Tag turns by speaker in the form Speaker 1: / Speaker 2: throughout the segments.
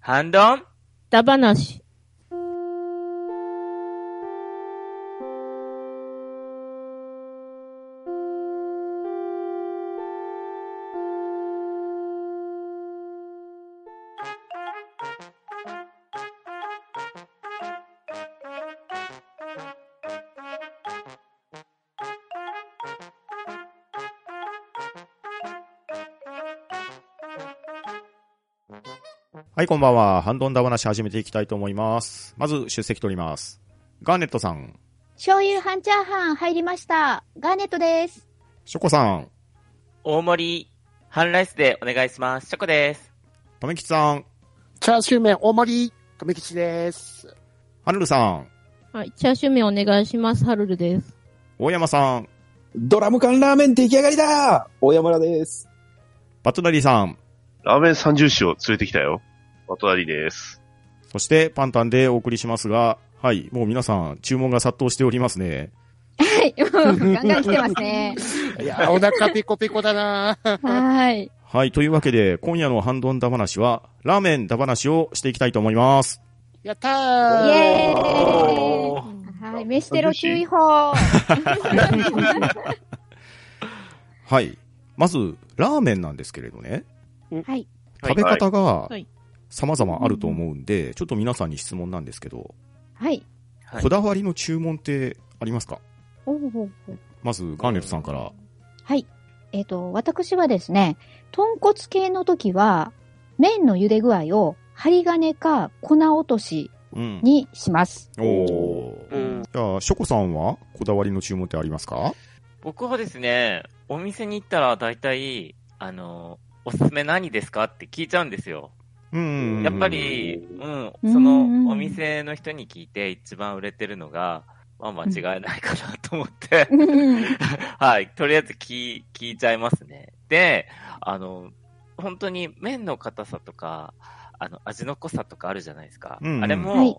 Speaker 1: ハンドン
Speaker 2: だ話。
Speaker 3: はい、こんばんは。ハンドンダ話始めていきたいと思います。まず、出席取ります。ガーネットさん、
Speaker 4: 醤油半チャーハン入りました。ガーネットです。
Speaker 3: ショコさん、
Speaker 1: 大盛り、半ライスでお願いします。ショコです。
Speaker 3: とめきちさん、
Speaker 5: チャーシュー麺大盛り、とめきちです。
Speaker 3: ハルルさん、
Speaker 2: はい、チャーシュー麺お願いします。ハルルです。
Speaker 3: 大山さん、
Speaker 6: ドラム缶ラーメン出来上がりだ大山村です。
Speaker 3: バトナリーさん、
Speaker 7: ラーメン三重士を連れてきたよ。まとなりです。
Speaker 3: そしてパンタンでお送りしますが、はい、もう皆さん、注文が殺到しておりますね。
Speaker 4: はい。 ガンガン来てますね。
Speaker 5: いやー、お腹ペコペコだな ー
Speaker 4: はい。
Speaker 3: はい、というわけで、今夜のハンドンダ話は、ラーメンダ話をしていきたいと思います。
Speaker 5: やった
Speaker 4: イ
Speaker 5: ー
Speaker 4: エ
Speaker 1: お
Speaker 4: ー
Speaker 1: ー
Speaker 4: イはい。飯テロ注意報。
Speaker 3: はい、まず、ラーメンなんですけれどね、
Speaker 4: はい。
Speaker 3: 食べ方が
Speaker 2: はい、
Speaker 3: 様々あると思うんで、ちょっと皆さんに質問なんですけど、
Speaker 4: はい。
Speaker 1: はい
Speaker 3: こだわりの注文ってありますか
Speaker 4: おうおうおう
Speaker 3: まず、ガーネットさんから。
Speaker 4: はい。えっ、と、私はですね、豚骨系の時は、麺の茹で具合を針金か粉落とし
Speaker 3: うん。
Speaker 4: にします。
Speaker 3: おお
Speaker 1: う。ん
Speaker 3: じゃあ、ショコさんは、こだわりの注文ってありますか
Speaker 1: 僕はですね、お店に行ったら大体、あの、おすすめ何ですかって聞いちゃうんですよ。
Speaker 3: うん。
Speaker 1: やっぱり、うん、
Speaker 4: うん
Speaker 1: そのお店の人に聞いて一番売れてるのが、まあ間違いないかなと思って、 はい、とりあえず聞い聞いちゃいますね。で、あの、本当に麺の硬さとか、あの、味の濃さとかあるじゃないですか。
Speaker 3: うんうん
Speaker 1: あれも、
Speaker 4: はい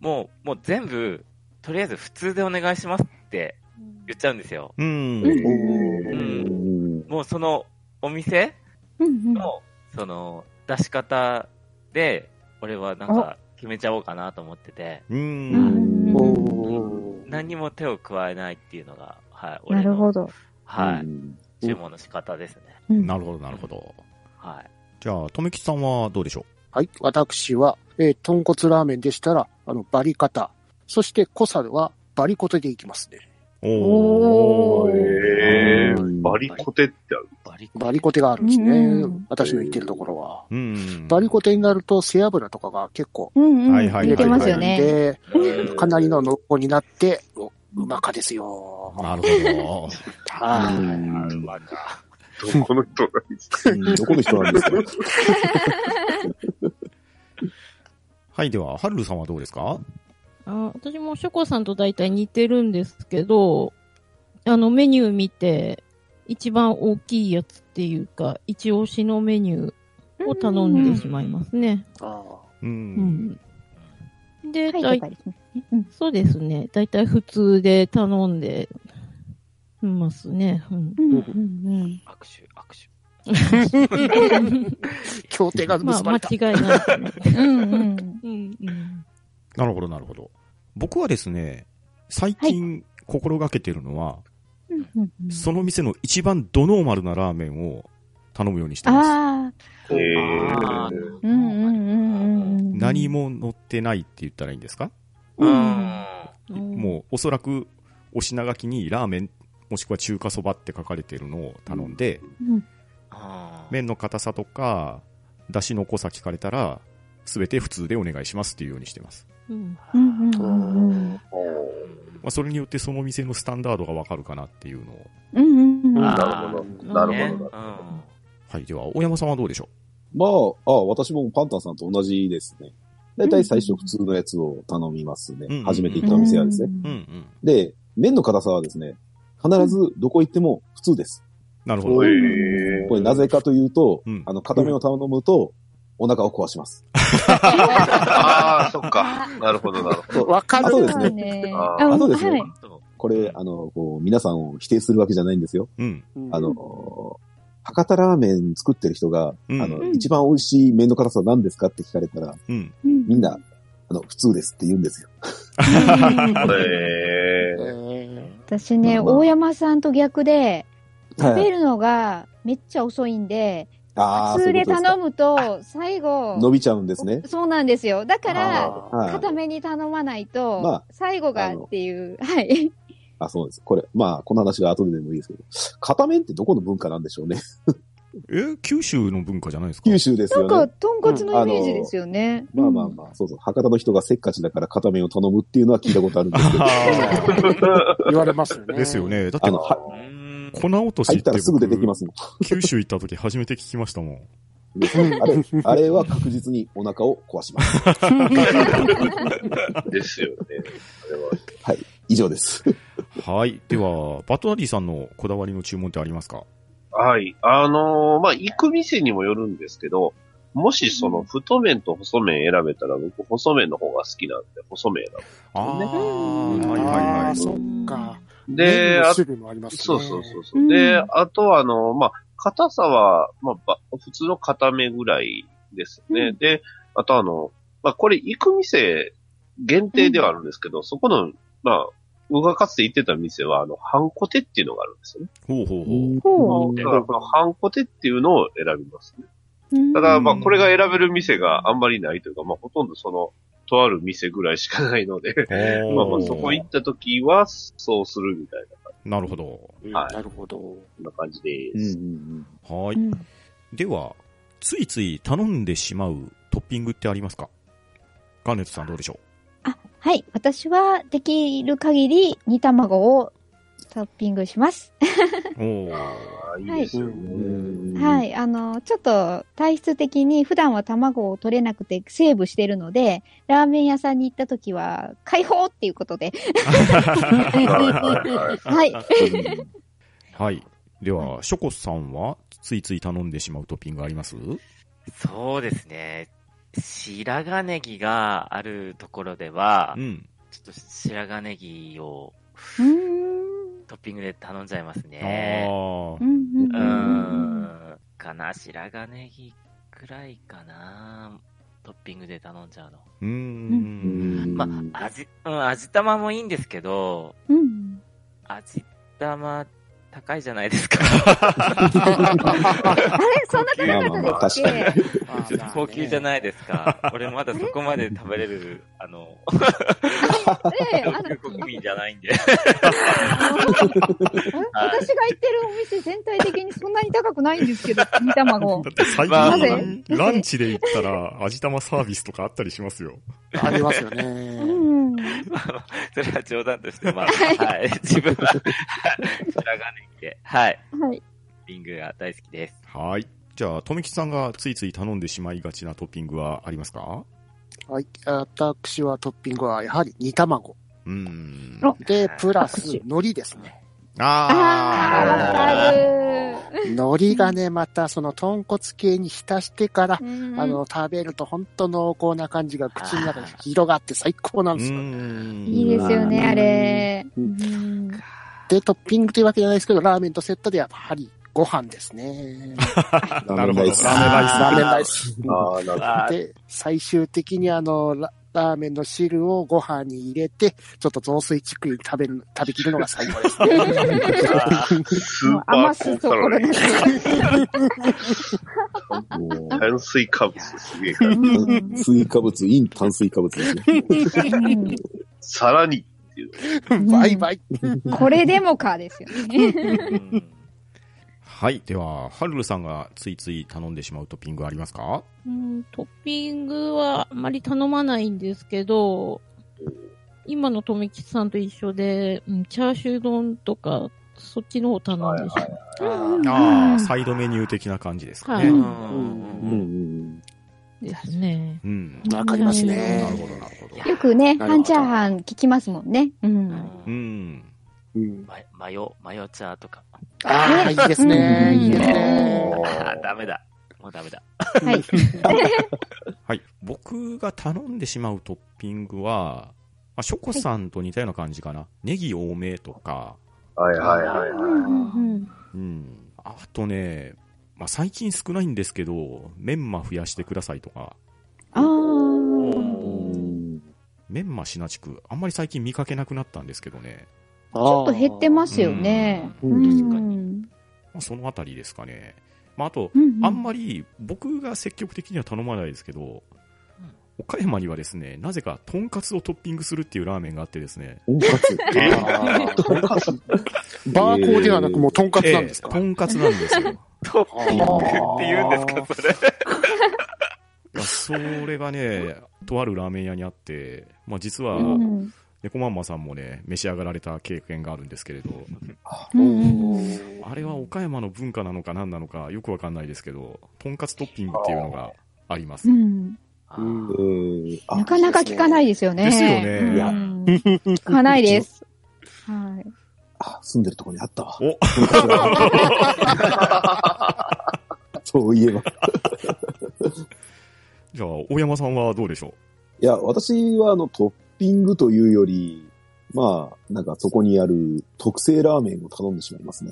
Speaker 1: もう、もう全部、とりあえず普通でお願いしますって言っちゃうんですよ。
Speaker 3: うん。
Speaker 4: うん
Speaker 1: んもうそのお店
Speaker 4: うんうん
Speaker 1: の、その、出し方で、俺はなんか決めちゃおうかなと思ってて、
Speaker 3: う。
Speaker 4: うんんうんうん
Speaker 1: 何にも手を加えないっていうのが、はい、
Speaker 4: な
Speaker 1: 俺
Speaker 4: る
Speaker 1: の、
Speaker 4: ほど。
Speaker 1: はい、
Speaker 6: うん
Speaker 1: 注文の仕方ですね。
Speaker 3: なるほど、なるほど。
Speaker 1: はい。
Speaker 3: じゃあ、とめきちさんはどうでしょ
Speaker 5: はい、私は、えー、豚骨ラーメンでしたら、あの、バリカタ。そして、濃さは、バリコテでいきますね。
Speaker 3: う
Speaker 2: おー
Speaker 7: え
Speaker 6: う
Speaker 7: ー、
Speaker 6: ん
Speaker 7: バリコテってある。
Speaker 1: バリ
Speaker 5: バリコテがあるんですね。
Speaker 2: うん
Speaker 5: 私の言ってるところは。
Speaker 3: うん。
Speaker 5: バリコテになると、背脂とかが結構
Speaker 4: うんうん。
Speaker 3: はいはいはい
Speaker 4: 言ってますよね。
Speaker 5: で、
Speaker 7: うん
Speaker 5: かなりの濃厚になって、おうまかですよ。
Speaker 3: なるほど。
Speaker 5: はい。
Speaker 6: うん
Speaker 1: バカ。
Speaker 7: どこの人がいいですか
Speaker 6: どこの人なんで すか
Speaker 3: はい、では、はるるさんはどうですか
Speaker 2: あ私もショコさんと大体似てるんですけど、あのメニュー見て、一番大きいやつっていうか、一押しのメニューを頼んでしまいますね。
Speaker 5: あー
Speaker 3: う。
Speaker 2: うんん。で、
Speaker 4: はい
Speaker 2: 大
Speaker 4: とかですね。うん
Speaker 2: そうですね。大体普通で頼んでますね。 うん、
Speaker 4: うんうん
Speaker 1: 握手、握手。
Speaker 5: 協定が
Speaker 2: まあ、
Speaker 5: 結ば
Speaker 2: 間
Speaker 5: れた。
Speaker 2: 違いないかな。
Speaker 4: うん。うん うん。
Speaker 2: うんうん
Speaker 3: なるほど、なるほど。僕はですね、最近心がけてるのは、
Speaker 4: うんうんうん
Speaker 3: その店の一番ドノーマルなラーメンを頼むようにしてます。
Speaker 4: ああ、
Speaker 7: え
Speaker 1: あ
Speaker 7: ー、
Speaker 1: ー
Speaker 4: うんうんうんうん。
Speaker 3: 何。も乗ってないって言ったらいいんですか
Speaker 1: う
Speaker 2: うん
Speaker 1: ん。
Speaker 3: もうおそらくお品書きにラーメンもしくは中華そばって書かれてるのを頼んで、
Speaker 1: あー
Speaker 3: 麺の硬さとか出汁の濃さ聞かれたら全て普通でお願いしますっていうようにしてます、
Speaker 2: うん
Speaker 4: うんうんうんうん。
Speaker 3: まあ、それによってその店のスタンダードがわかるかなっていうのを
Speaker 4: うんうんうん。
Speaker 7: なるほど。なるほど。
Speaker 1: うん
Speaker 3: はいでは大山さんはどうでしょ
Speaker 6: まあ、あ私もパンタンさんと同じですね。だいたい最初普通のやつを頼みますね。
Speaker 3: うん
Speaker 6: 初めて行ったお店はですね。
Speaker 3: ううんう
Speaker 4: ね。
Speaker 3: ん
Speaker 6: で、麺の硬さはですね、必ずどこ行っても普通です。
Speaker 3: なるほ
Speaker 7: お
Speaker 3: ど
Speaker 7: い
Speaker 6: これなぜかというと、
Speaker 3: うん
Speaker 6: あの、硬めを頼むと、お腹を壊します。
Speaker 7: ああ、そっか。 なるほど、なるほ
Speaker 6: そう
Speaker 5: わか
Speaker 6: あと
Speaker 5: る
Speaker 6: ですね
Speaker 4: ね
Speaker 7: あ
Speaker 6: あとですね
Speaker 4: はい
Speaker 1: そう
Speaker 6: これ、あの、こう、皆さんを否定するわけじゃないんですよ。
Speaker 3: うん
Speaker 5: うん
Speaker 6: あの、博多ラーメン作ってる人が、
Speaker 3: うん
Speaker 6: あの、
Speaker 4: うん
Speaker 6: 一番美味しい麺の辛さは何ですかって聞かれたら、
Speaker 3: うん。
Speaker 4: うん
Speaker 6: みんな、あの、普通ですって言うんですよ。
Speaker 7: えー
Speaker 4: 私ね、
Speaker 6: まあまあ
Speaker 4: 大山さんと逆で、食
Speaker 6: は
Speaker 4: べ
Speaker 6: い。
Speaker 4: るのがめっちゃ遅いんで、
Speaker 6: ああ、
Speaker 4: 普
Speaker 6: そう
Speaker 4: 通
Speaker 6: いう
Speaker 4: で
Speaker 6: ことです
Speaker 4: 頼
Speaker 6: か。
Speaker 4: むと、最後、
Speaker 6: 伸びちゃうんですね。
Speaker 4: そうなんですよ。だから、
Speaker 7: あ
Speaker 6: はい。
Speaker 4: 固めに頼まないと、
Speaker 6: まあ
Speaker 4: 最後がっていう、はい。
Speaker 6: あ、そうです。これ、まあ、この話が後ででもいいですけど、片面ってどこの文化なんでしょうね。
Speaker 3: え、九州の文化じゃないですか
Speaker 6: 九州です
Speaker 4: なん
Speaker 6: よ
Speaker 4: か、
Speaker 6: ね。
Speaker 4: 豚骨のイメージですよね。
Speaker 6: まあまあまあ、そうそう。博多の人がせっかちだから片面を頼むっていうのは聞いたことあるんですけど、
Speaker 3: あ
Speaker 5: 言われますよ
Speaker 3: ー
Speaker 5: ね。
Speaker 3: ですよ。ね。だって
Speaker 6: あ、の、は
Speaker 1: うーん。
Speaker 3: 粉落とし
Speaker 6: 入
Speaker 3: っ
Speaker 6: った
Speaker 3: て
Speaker 6: らすぐ出てきますも
Speaker 3: 僕九州行った時初めて聞きましたもん。
Speaker 6: ん。あれ、あれは確実にお腹を壊します。
Speaker 7: ですよね。あれは
Speaker 6: 以上です。
Speaker 3: はい。では、バトナリーさんのこだわりの注文ってありますか
Speaker 7: はい。あのーまあ、行く店にもよるんですけど、もしその太麺と細麺選べたら、僕細麺の方が好きなんで、細麺選
Speaker 3: ああ、
Speaker 5: あ
Speaker 3: はいはい
Speaker 5: あ
Speaker 3: は
Speaker 5: ー、
Speaker 3: い。
Speaker 5: そっか。
Speaker 7: ぶ。
Speaker 5: 麺
Speaker 7: で、
Speaker 5: の
Speaker 7: あ
Speaker 5: 種類もありますね。
Speaker 7: そうそうそうそうう。
Speaker 4: ん
Speaker 7: で、あとはあのーまあ、硬さは、まあば、普通の硬めぐらいですね。
Speaker 4: うん
Speaker 7: で、あとあの、まあ、これ行く店限定ではあるんですけど、そこの、まあ、僕がかつて行ってた店は、あの、ハンコテっていうのがあるんですよね。
Speaker 3: ほうほうほう。
Speaker 4: ほ
Speaker 7: だから、このハンコテっていうのを選びますね。
Speaker 4: うん
Speaker 7: ただ、まあ、
Speaker 3: うん
Speaker 7: これが選べる店があんまりないというか、まあ、ほとんどその、とある店ぐらいしかないので、 まあまあ、そこ行った時は、そうするみたい
Speaker 3: なるほど。
Speaker 5: うん
Speaker 7: はい
Speaker 5: なるほど。
Speaker 7: な、な感じ
Speaker 6: う
Speaker 7: で
Speaker 6: んうん
Speaker 7: す。
Speaker 6: うん
Speaker 3: は
Speaker 4: う
Speaker 3: い。
Speaker 4: ん
Speaker 3: では、ついつい頼んでしまうトッピングってありますかガーネットさんどうでしょ
Speaker 4: あ、はい。私は、できる限り、煮卵をトッピングします。
Speaker 3: うおー
Speaker 7: ああ、いいですよね。
Speaker 6: うん
Speaker 4: は。い。あの、ちょっと、体質的に、普段は卵を取れなくて、セーブしてるので、ラーメン屋さんに行った時は、解放っていうことで。
Speaker 7: はいはいはい。
Speaker 4: はい。
Speaker 3: はい。では、ショコさんはついつい頼んでしまうトッピングあります
Speaker 1: そうですね。白髪ネギがあるところでは
Speaker 3: う、ん。
Speaker 1: ちょっと白髪ネギを
Speaker 4: うーん。
Speaker 1: トッピングで頼んじゃいます
Speaker 3: ああ
Speaker 1: ね。
Speaker 4: う
Speaker 1: う
Speaker 4: んうんう
Speaker 1: ー
Speaker 4: んうん。
Speaker 1: ん。かな、白髪ネギくらいかな。トッピングで頼んじゃうの。
Speaker 3: ー。うー。
Speaker 6: うんん
Speaker 1: まあ、味、うん、味玉もいいんですけど、
Speaker 4: うん。
Speaker 1: 味玉高いじゃないですか。
Speaker 4: あれそんな高かったですっけ、
Speaker 6: まあまあまあ
Speaker 1: 高級じゃないですか。俺まだそこまで食べれる、あの、
Speaker 4: ええあの、
Speaker 1: 韓国民じゃないんで。
Speaker 4: あ私が行ってるお店全体的にそんなに高くないんですけど、煮卵
Speaker 3: だ。って最
Speaker 1: まあ
Speaker 3: 近、ランチで行ったら、味玉サービスとかあったりしますよ。
Speaker 5: ありますよ
Speaker 4: う
Speaker 5: ね。
Speaker 4: ん。
Speaker 1: それは冗談として、 まあ、はい。自分は、白髪ネギで、はい。
Speaker 4: はい。
Speaker 1: リングが大好きです。
Speaker 3: はい。じゃあ、とめきちさんがついつい頼んでしまいがちなトッピングはありますか
Speaker 5: はい。私はトッピングは、やはり煮卵。
Speaker 3: うーん。
Speaker 4: あ
Speaker 5: で、プラス、海苔ですね。
Speaker 4: あー、わかる。
Speaker 5: 海苔がね、また、その、豚骨系に浸してから、
Speaker 4: うん
Speaker 5: あ、の、食べると、ほんと濃厚な感じが口の中に広がって最高なん
Speaker 3: う
Speaker 5: ですよ。
Speaker 3: ーん。
Speaker 4: いいですよね、あれ。う
Speaker 5: うん
Speaker 4: ん。
Speaker 5: で、トッピングというわけじゃないですけど、ラーメンとセットでやっぱりご飯ですね。
Speaker 6: ラ
Speaker 3: な
Speaker 6: ーメ
Speaker 3: る
Speaker 6: ン
Speaker 3: ほ
Speaker 6: ラ
Speaker 3: ど。
Speaker 6: イス。
Speaker 3: ラーメンライス。
Speaker 5: ラーメンライス。
Speaker 7: ああ、なるほ
Speaker 1: あー
Speaker 5: で、最終的にあの、ララーメンの汁をご飯に入れて、ちょっと雑炊チックに食べる、食べきるのが最 高ですね。
Speaker 7: ど。スーパ
Speaker 4: 余
Speaker 7: ー
Speaker 4: すと
Speaker 7: 高カ
Speaker 4: こ
Speaker 7: ロ
Speaker 4: ろ
Speaker 7: リ
Speaker 4: な
Speaker 7: ー。
Speaker 4: く。
Speaker 6: も
Speaker 7: 炭水化物すげえから。
Speaker 4: うん
Speaker 6: う、水化物、イン炭水化物ですね。
Speaker 7: さらに、
Speaker 5: バイバイ。
Speaker 4: これでもかですよね。
Speaker 1: うん
Speaker 3: はい。では、ハルルさんがついつい頼んでしまうトッピングありますか
Speaker 2: うん、トッピングはあまり頼まないんですけど、今のとめきちさんと一緒で、うん、チャーシュー丼とか、そっちの方頼んでしまう。
Speaker 4: うん
Speaker 3: ああ、サイドメニュー的な感じですかね。
Speaker 2: はい
Speaker 6: うんうん
Speaker 2: ですね。
Speaker 3: うん。
Speaker 5: わかります
Speaker 3: なる
Speaker 5: ね。
Speaker 3: ほど、なるほど。
Speaker 4: よくね、
Speaker 5: なるほ
Speaker 4: 半
Speaker 5: ど
Speaker 4: チャーハン聞きますもんね。うん。
Speaker 1: う
Speaker 3: うんん。
Speaker 5: うん、
Speaker 1: まマヨ、マヨチャーとか。
Speaker 5: ああ、いいですね。
Speaker 4: うん
Speaker 5: いいです
Speaker 1: あ
Speaker 5: ね。
Speaker 1: ー ダメだ。もうダメだ。
Speaker 4: はい。
Speaker 3: はい。僕が頼んでしまうトッピングは、まあ、ショコさんと似たような感じかな。ネギ多めとか、
Speaker 7: はいはいはいは
Speaker 4: うんうんうん
Speaker 3: うん。あとね、まあ、最近少ないんですけど、メンマ増やしてくださいとか、
Speaker 4: あー。
Speaker 6: うん
Speaker 3: メンマシナ地区、あんまり最近見かけなくなったんですけどね。
Speaker 5: ち。
Speaker 4: ちょっと減ってますすよね。
Speaker 6: う
Speaker 4: うんん。
Speaker 1: 確か
Speaker 3: まあ、そのあたりですかね。まあ、あと、
Speaker 4: うん
Speaker 3: あんまり僕が積極的には頼まないですけど、岡山にはですね、なぜか、とんかつをトッピングするっていうラーメンがあってですね、
Speaker 6: と
Speaker 5: とん
Speaker 6: んかつ。
Speaker 5: かつバーコーではなくもうとんかつなんですか、
Speaker 3: ええとんかつなんですよ。
Speaker 1: トッピング
Speaker 5: あー
Speaker 1: って言うんですか、それ。
Speaker 3: いやそれがね、とあるラーメン屋にあって、まあ、実は、
Speaker 4: うん
Speaker 3: 猫まんまさんもね、召し上がられた経験があるんですけれど、
Speaker 4: うんうん
Speaker 3: あれは岡山の文化なのか何なのかよくわかんないですけど、とんかつトッピングっていうのがありま
Speaker 4: う
Speaker 3: す。
Speaker 4: ん
Speaker 5: うん
Speaker 6: えーあ
Speaker 4: なかなか聞かないですよね。
Speaker 3: ですよね
Speaker 4: うん
Speaker 3: いや
Speaker 4: 聞かないです。はい。
Speaker 6: あ、住んでるとこにあったわ。
Speaker 3: お
Speaker 6: そういえば。
Speaker 3: じゃあ、大山さんはどうでしょ
Speaker 6: いや、私はあのトッピングというより、まあ、なんかそこにある特製ラーメンを頼んでしまいますね。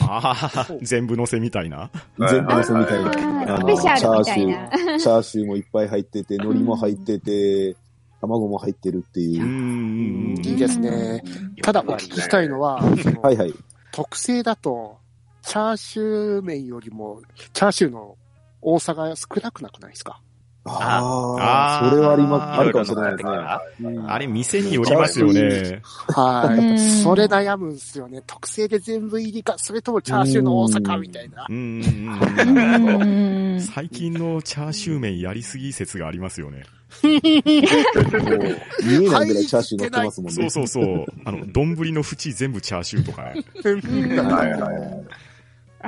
Speaker 3: うああ、全部乗せみたいな。
Speaker 7: はい
Speaker 6: 全部乗せみた
Speaker 4: あ
Speaker 6: いな。
Speaker 4: ー
Speaker 6: あ
Speaker 4: ス
Speaker 6: の
Speaker 4: ペシャルみ
Speaker 6: チャ
Speaker 4: た
Speaker 6: ーシ
Speaker 4: い
Speaker 6: ュ
Speaker 4: な。
Speaker 6: ーチャーシューもいっぱい入ってて、海苔も入ってて、卵も入ってるっていう
Speaker 3: ー。ん
Speaker 5: いいですね。ただお聞きしたいのは、その
Speaker 6: はいはい。
Speaker 5: 特性だと、チャーシュー麺よりも、チャーシューの多さが少なくなくないですか
Speaker 6: あ
Speaker 3: あー
Speaker 6: あ、それはありま、
Speaker 3: あ
Speaker 6: あ
Speaker 3: る
Speaker 6: る
Speaker 3: か
Speaker 6: か
Speaker 3: もし
Speaker 6: も
Speaker 3: れ
Speaker 6: しれ
Speaker 3: な
Speaker 6: ないい
Speaker 3: で
Speaker 6: ですす
Speaker 1: ね
Speaker 6: ね。
Speaker 3: あれ、店によりますよね。
Speaker 5: は
Speaker 4: うん
Speaker 5: い。それ悩むんすよね。特性で全部入りか、それともチャーシューの多さかみたいな
Speaker 3: う。ん。
Speaker 4: うん
Speaker 3: 最近のチャーシュー麺やりすぎ説がありますよね。
Speaker 6: 見えないぐらいチャーシュー乗ってますもん
Speaker 3: そう
Speaker 6: ね。
Speaker 3: そうそう。あの、丼の縁全部チャーシューとかね。
Speaker 7: はいはいは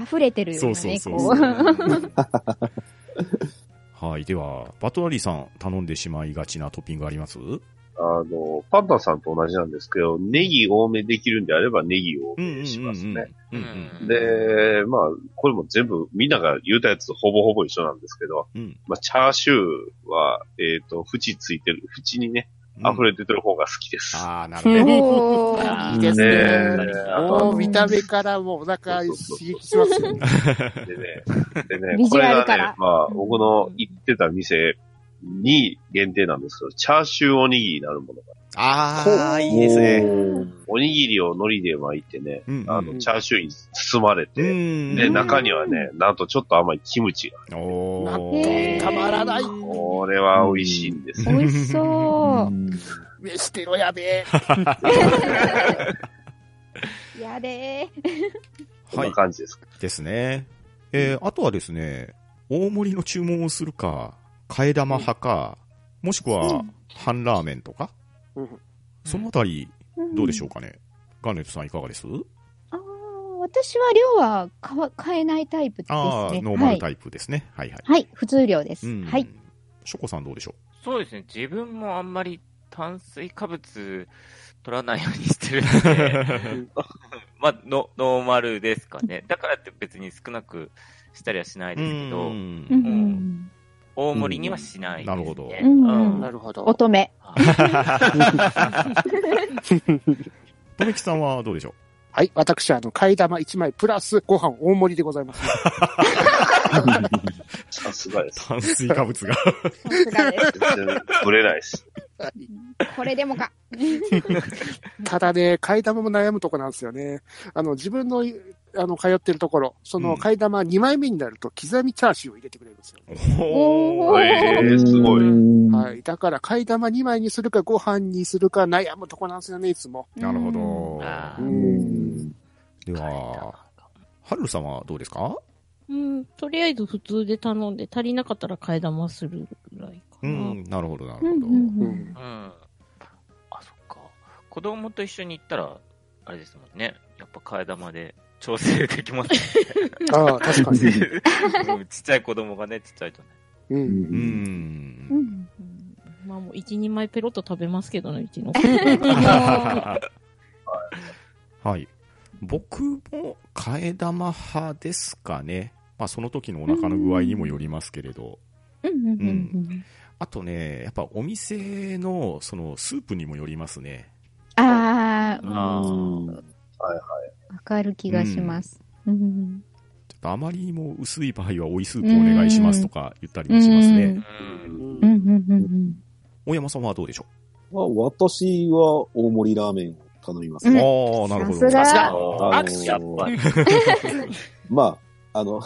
Speaker 7: い。
Speaker 4: 溢れてるよ
Speaker 3: そうう
Speaker 4: な
Speaker 3: そう
Speaker 4: ね、
Speaker 3: そう
Speaker 4: こ。
Speaker 3: そうう。はい。では、バトラリーさん頼んでしまいがちなトッピングありますう
Speaker 7: あの、パンダさんと同じなんですけど、ネギ多めできるんであればネギ多めにしますね。
Speaker 3: うん
Speaker 1: うん
Speaker 7: で、まあ、これも全部、みんなが言うたやつほぼほぼ一緒なんですけど、
Speaker 3: うん
Speaker 7: まあ、チャーシューは、えっ、と、縁ついてる、縁にね、
Speaker 3: うん。
Speaker 7: 溢れ出てる方が好きです。
Speaker 3: ああ、なるほ
Speaker 5: う
Speaker 3: ど。
Speaker 5: ん
Speaker 4: おー
Speaker 5: いいです
Speaker 7: ね
Speaker 5: ね。
Speaker 7: あ
Speaker 5: も
Speaker 7: の
Speaker 5: う見た目からもうお腹刺激しますよね。
Speaker 7: でね、でね
Speaker 4: ビジ
Speaker 7: こ
Speaker 4: ュ
Speaker 7: れ
Speaker 4: アル
Speaker 7: が
Speaker 4: か
Speaker 7: ね
Speaker 4: ら、
Speaker 7: まあ、僕の行ってた店に限定なんですけど、チャーシューおにぎりになるものが、
Speaker 3: ああ、いいですね。
Speaker 7: おにぎりを海苔で巻いてね、
Speaker 3: うん
Speaker 7: あの、チャーシューに包まれて、
Speaker 3: うん。
Speaker 7: で、
Speaker 4: うん
Speaker 7: 中にはね、なんとちょっと甘いキムチが。
Speaker 3: おー
Speaker 4: へー
Speaker 5: たまらない。
Speaker 7: これは美味しいんです
Speaker 4: 美
Speaker 7: よ。
Speaker 4: 味しそ
Speaker 5: 飯テロやべえ。
Speaker 4: う。やで
Speaker 7: こん
Speaker 3: はい
Speaker 7: な。感じです。
Speaker 3: ですね。えーあとはですね、大盛りの注文をするか、替え玉派か、もしくは、半ラーメンとか、
Speaker 5: うん
Speaker 3: そのあたり、
Speaker 4: ー。
Speaker 3: どうでしょうか
Speaker 4: か
Speaker 3: ね。ガーネットさんいかがです
Speaker 4: 私は量は買わ買えないタイプですね。
Speaker 3: ああ、ノーマルタイプですね。はいはい。
Speaker 4: はい。はい、普通量です。
Speaker 3: うん
Speaker 4: はい。。
Speaker 3: ショコさんどうでしょ
Speaker 1: そうですね、自分もあんまり炭水化物取らないようにしてるんで、 まあの、ノーマルですかね。だからって別に少なくしたりはしないう
Speaker 3: う
Speaker 1: ですけど、
Speaker 3: ん
Speaker 4: う
Speaker 1: う
Speaker 4: んうん
Speaker 1: 大盛りにはしないです、ね。
Speaker 3: なるほど
Speaker 4: うん
Speaker 1: うん
Speaker 5: なるほど。
Speaker 4: 乙女。
Speaker 1: はい
Speaker 3: とめきさんはどうでしょ
Speaker 5: はい、私、あの、替え玉1枚プラスご飯大盛りでございます。
Speaker 7: さすがで
Speaker 3: う
Speaker 7: す。
Speaker 3: 炭水化物が。
Speaker 4: さすがです。
Speaker 7: 全然ぶれないです。
Speaker 4: これでもか。
Speaker 5: ただね、替え玉も悩むとこなんですよね。あの、自分の、あの、通ってるところ、そ
Speaker 3: うん
Speaker 5: の替え玉2枚目になると刻みチャーシューを入れてくれるんですよ。
Speaker 4: おー
Speaker 7: えー、すごい。
Speaker 5: は。い。だから、替え玉2枚にするか、ご飯にするか、悩むとこなんですよね、いつも。
Speaker 3: なるほ
Speaker 4: うん
Speaker 3: ど。
Speaker 1: あ
Speaker 5: う
Speaker 1: ー
Speaker 5: ん。
Speaker 3: では、はるるさんはどうですか
Speaker 2: うん、とりあえず普通で頼んで、足りなかったら替え玉するぐらいか
Speaker 3: う
Speaker 2: な。
Speaker 3: ん、なるほど、な
Speaker 4: う
Speaker 3: る
Speaker 4: ん
Speaker 3: ほ
Speaker 4: う
Speaker 3: ど。
Speaker 5: うんん。
Speaker 1: うん。あ、そっか。子供と一緒に行ったら、あれですもんね。やっぱ替え玉で調整できます
Speaker 5: ああ、確かに。
Speaker 1: ね。うん ちっちゃい子供がね、ちっちゃいとね。
Speaker 5: う。
Speaker 6: うん。
Speaker 3: うん。
Speaker 4: うん ん。
Speaker 2: うんまあもう一人前ペロッと食べますけどね、う ちの。
Speaker 3: はい。僕も替え玉派ですかね。まあ、その時のお腹の具合にもよりますけれど。
Speaker 4: うんうんうんうん
Speaker 3: あとね、やっぱお店の、その、スープにもよりますね。
Speaker 4: ああ、
Speaker 1: あ
Speaker 4: わかる気がします。うん
Speaker 3: あまりにも薄い場合は追いスープお願いしますとか言ったりもします
Speaker 2: う
Speaker 3: ね
Speaker 2: ん。
Speaker 1: うん。
Speaker 4: うんうんうん
Speaker 3: 大山さんはどうでしょ
Speaker 6: まあ、私は大盛りラーメンを頼みます
Speaker 3: う、
Speaker 4: うん
Speaker 6: ね。
Speaker 3: ああ、なるほど。
Speaker 4: さすが
Speaker 1: さすが
Speaker 7: あの
Speaker 1: 握手やっぱり。
Speaker 6: まあ、あの、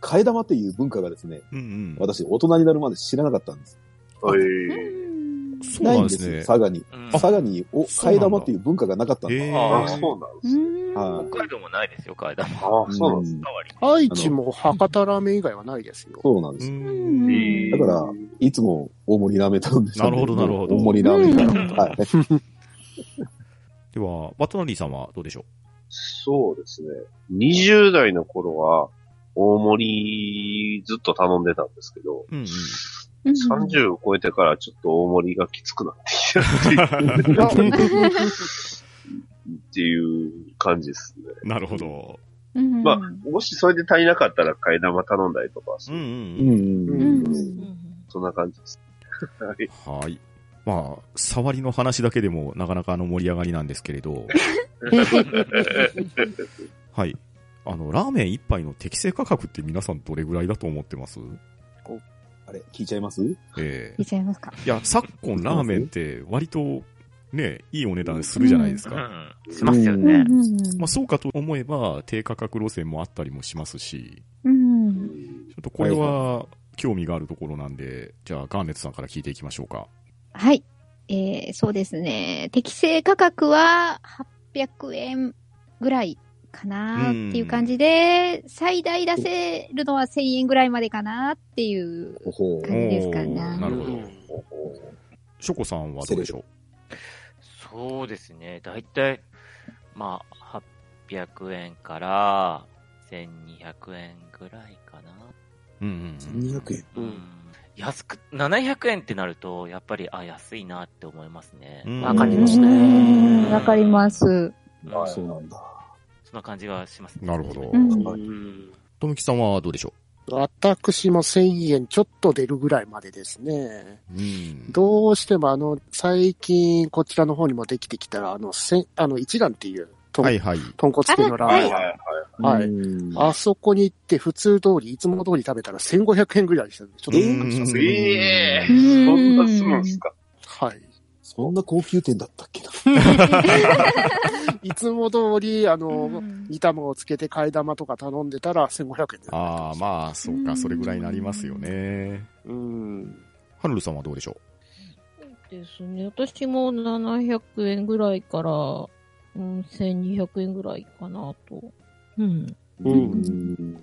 Speaker 6: 替え玉っていう文化がですね、
Speaker 3: うんうん。
Speaker 6: 私大人になるまで知らなかったんです。
Speaker 7: はい
Speaker 4: うん。
Speaker 3: そう
Speaker 6: ない
Speaker 3: なんん
Speaker 6: で
Speaker 3: です
Speaker 6: すよ、
Speaker 3: ね。
Speaker 6: 佐賀に。
Speaker 1: うん
Speaker 6: 佐賀にお
Speaker 3: そうなんだ
Speaker 6: 替え玉っていう文化がなかったん
Speaker 3: へ
Speaker 6: で
Speaker 3: ー
Speaker 7: あ、そうなんです。
Speaker 4: うん
Speaker 6: はい
Speaker 1: 北海道もないですよ、階段も。
Speaker 7: あ、そうなんです。
Speaker 6: うん
Speaker 1: 代わりに
Speaker 5: 愛知も博多ラーメン以外はないですよ。
Speaker 6: そうなん
Speaker 3: う
Speaker 6: です。
Speaker 3: ん
Speaker 7: えー
Speaker 6: だから、いつも大盛りラーメン頼んでたん
Speaker 3: な
Speaker 6: で
Speaker 3: るほどなるほど
Speaker 6: 大盛りラーメン頼んで
Speaker 1: うん
Speaker 6: はい。
Speaker 3: では、バトナリーさんはどうでしょ
Speaker 7: そうですね。20代の頃は、大盛りずっと頼んでたんですけど、
Speaker 3: ううんうん。
Speaker 7: 30を超えてからちょっと大盛りがきつくなってきてるっていう感じですね。
Speaker 3: なるほど。
Speaker 4: うん
Speaker 7: まあ、もしそれで足りなかったら替え玉頼んだりとか、
Speaker 3: うんうん
Speaker 6: う
Speaker 3: うん。
Speaker 6: ん
Speaker 4: う
Speaker 5: うん
Speaker 7: そんな感じです。はい。
Speaker 3: はい。まあ、触りの話だけでもなかなかあの盛り上がりなんですけれど、はい。あの、ラーメン一杯の適正価格って皆さんどれぐらいだと思ってます
Speaker 6: あれ、聞いちゃいます
Speaker 3: ええ
Speaker 4: いっちゃいますか。
Speaker 3: いや、昨今ラーメンって割と、ね、いいお値段するじゃないです
Speaker 1: う
Speaker 3: か。
Speaker 1: ん。しますよね。
Speaker 4: うんうん
Speaker 3: まあ、そうかと思えば、低価格路線もあったりもしますし、
Speaker 4: うん。
Speaker 3: ちょっとこれは興味があるところなんで、じゃあ、ガーネットさんから聞いていきましょうか。
Speaker 4: はい。えー、そうですね。適正価格は800円ぐらいかなっていう感じで、最大出せるのは1000円ぐらいまでかなっていう。
Speaker 6: おほ
Speaker 4: う
Speaker 6: う。
Speaker 4: んいいですかね
Speaker 3: おーなるほ
Speaker 5: う
Speaker 3: ど。
Speaker 5: ん
Speaker 3: ショコさんはどうでしょ
Speaker 1: そうですね。だいたい、まあ、800円から1200円ぐらいかな。
Speaker 3: ううんうんうん。
Speaker 6: 200円。
Speaker 5: うん
Speaker 1: 安く、700円ってなると、やっぱり、あ、安いなって思いますね
Speaker 3: うん。
Speaker 1: わかり
Speaker 4: う
Speaker 1: ますね。
Speaker 4: んわかります。
Speaker 1: うん
Speaker 6: そう
Speaker 1: そ
Speaker 6: なんだ。
Speaker 1: んな感じがしますね。
Speaker 3: なるほど
Speaker 4: う。ん
Speaker 5: うん
Speaker 3: とむきさんはどうでしょ
Speaker 5: 私も1000円ちょっと出るぐらいまでですね。
Speaker 3: ううん。
Speaker 5: どうしてもあの、最近こちらの方にもできてきたあの、せんあの一蘭っていう豚,、
Speaker 3: はいはい。
Speaker 5: 豚骨系のラー
Speaker 7: は
Speaker 5: メ
Speaker 7: い
Speaker 5: ン。
Speaker 7: はい
Speaker 5: はい
Speaker 6: うん
Speaker 5: あそこに行って普通通り、いつも通り食べたら1500円ぐらいでしたね。ちょっとびっくりしま
Speaker 7: は
Speaker 5: す
Speaker 7: い。
Speaker 5: ね
Speaker 7: ええ
Speaker 4: う
Speaker 7: ー、
Speaker 4: ん
Speaker 7: そんなするんすか
Speaker 5: はい。
Speaker 6: そんな高級店だったっけな。
Speaker 5: いつも通り、あ
Speaker 4: う
Speaker 5: の、
Speaker 4: ん
Speaker 5: 煮玉をつけて替え玉とか頼んでたら1500円で。
Speaker 3: ああ、まあ、そうか、それぐらいになりますよね。
Speaker 5: うん。
Speaker 3: ハルルさんはどうでしょ
Speaker 2: ですね。私も700円ぐらいから、うん、1200円ぐらいかなと。うん。
Speaker 6: うん。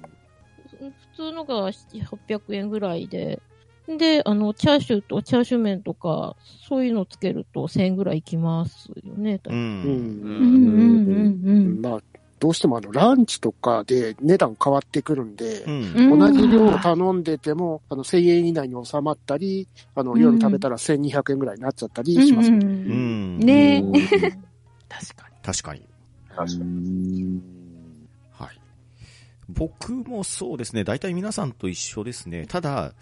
Speaker 2: 普通のが7 800円ぐらいで、で、あの、チャーシューとチャーシュー麺とか、そういうのつけると1000円ぐらいいきますよね。
Speaker 3: うう。
Speaker 5: うんん。
Speaker 1: うん
Speaker 2: うん
Speaker 5: まあ、どうしてもあの、ランチとかで値段変わってくるんで、
Speaker 3: うん。
Speaker 5: 同じ量を頼んでても、あの、1000円以内に収まったり、あの、夜食べたら1200円ぐらいになっちゃったりしますよね。
Speaker 3: う
Speaker 4: ね
Speaker 3: ん。
Speaker 4: え。
Speaker 1: 確かに。
Speaker 3: 確かに。
Speaker 7: 確かに。
Speaker 3: はい。僕もそうですね。大体皆さんと一緒ですね。ただ、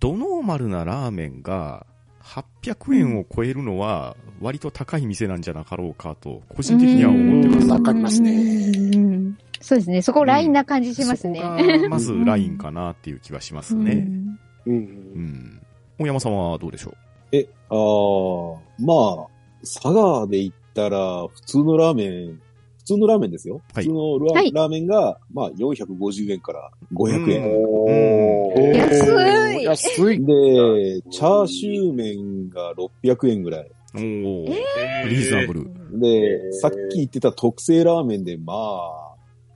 Speaker 3: ドノーマルなラーメンが800円を超えるのは割と高い店なんじゃなかろうかと、個人的には思ってます。
Speaker 5: わかりますね
Speaker 4: うんそうですね。そこラインな感じしますね。
Speaker 3: そこがまずラインかなっていう気はしますね。
Speaker 5: う。
Speaker 3: うんん。大山さんはどうでしょう
Speaker 6: え、ああ、まあ、佐賀で言ったら、普通のラーメン、普通のラーメンですよ。
Speaker 3: はい
Speaker 6: 普通のラ,、
Speaker 4: はい
Speaker 6: ラーメンが、まあ、450円から500円。
Speaker 7: お
Speaker 3: うん
Speaker 7: ー。
Speaker 4: 安い
Speaker 5: 安い。
Speaker 6: で、チャーシュー麺が600円ぐらい。
Speaker 3: おーリーズナブル。
Speaker 6: で、さっき言ってた特製ラーメンで、まあ、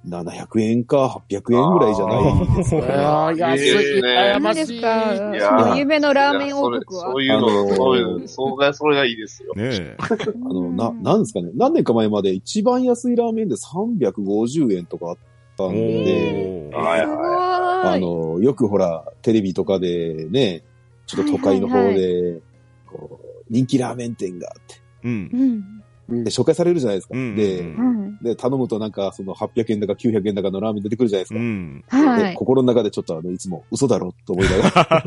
Speaker 6: 700円か800円ぐらいじゃないです
Speaker 5: い
Speaker 6: か
Speaker 5: や
Speaker 6: ね。
Speaker 5: ー安い。
Speaker 7: ね
Speaker 5: 羨
Speaker 4: 何
Speaker 5: ま
Speaker 4: で
Speaker 5: し
Speaker 4: す
Speaker 5: い。
Speaker 4: か
Speaker 7: いやー
Speaker 4: 夢のラーメン王国
Speaker 7: そ
Speaker 4: は。
Speaker 7: れそういう
Speaker 6: あ
Speaker 7: の、
Speaker 6: のー
Speaker 7: そういうの、それが、それがいいですよ。
Speaker 3: ねえ。
Speaker 6: あの、な、なんですかね。何年か前まで一番安いラーメンで350円とかあったんで、
Speaker 3: おー
Speaker 7: はいは
Speaker 6: あ
Speaker 4: すごい。
Speaker 6: の、よくほら、テレビとかでね、ちょっと都会の方
Speaker 4: はいは
Speaker 6: で、こう、人気ラーメン店があって、
Speaker 3: うん。
Speaker 4: うん
Speaker 5: うん
Speaker 6: で、紹介されるじゃないですか。
Speaker 3: うん
Speaker 6: で、
Speaker 4: うん
Speaker 6: で、頼むとなんか、その800円だか900円だかのラーメン出てくるじゃないです
Speaker 3: う
Speaker 6: か。
Speaker 3: ん。
Speaker 6: で
Speaker 4: はい。
Speaker 6: 心の中でちょっとあの、いつも嘘だろと思いなが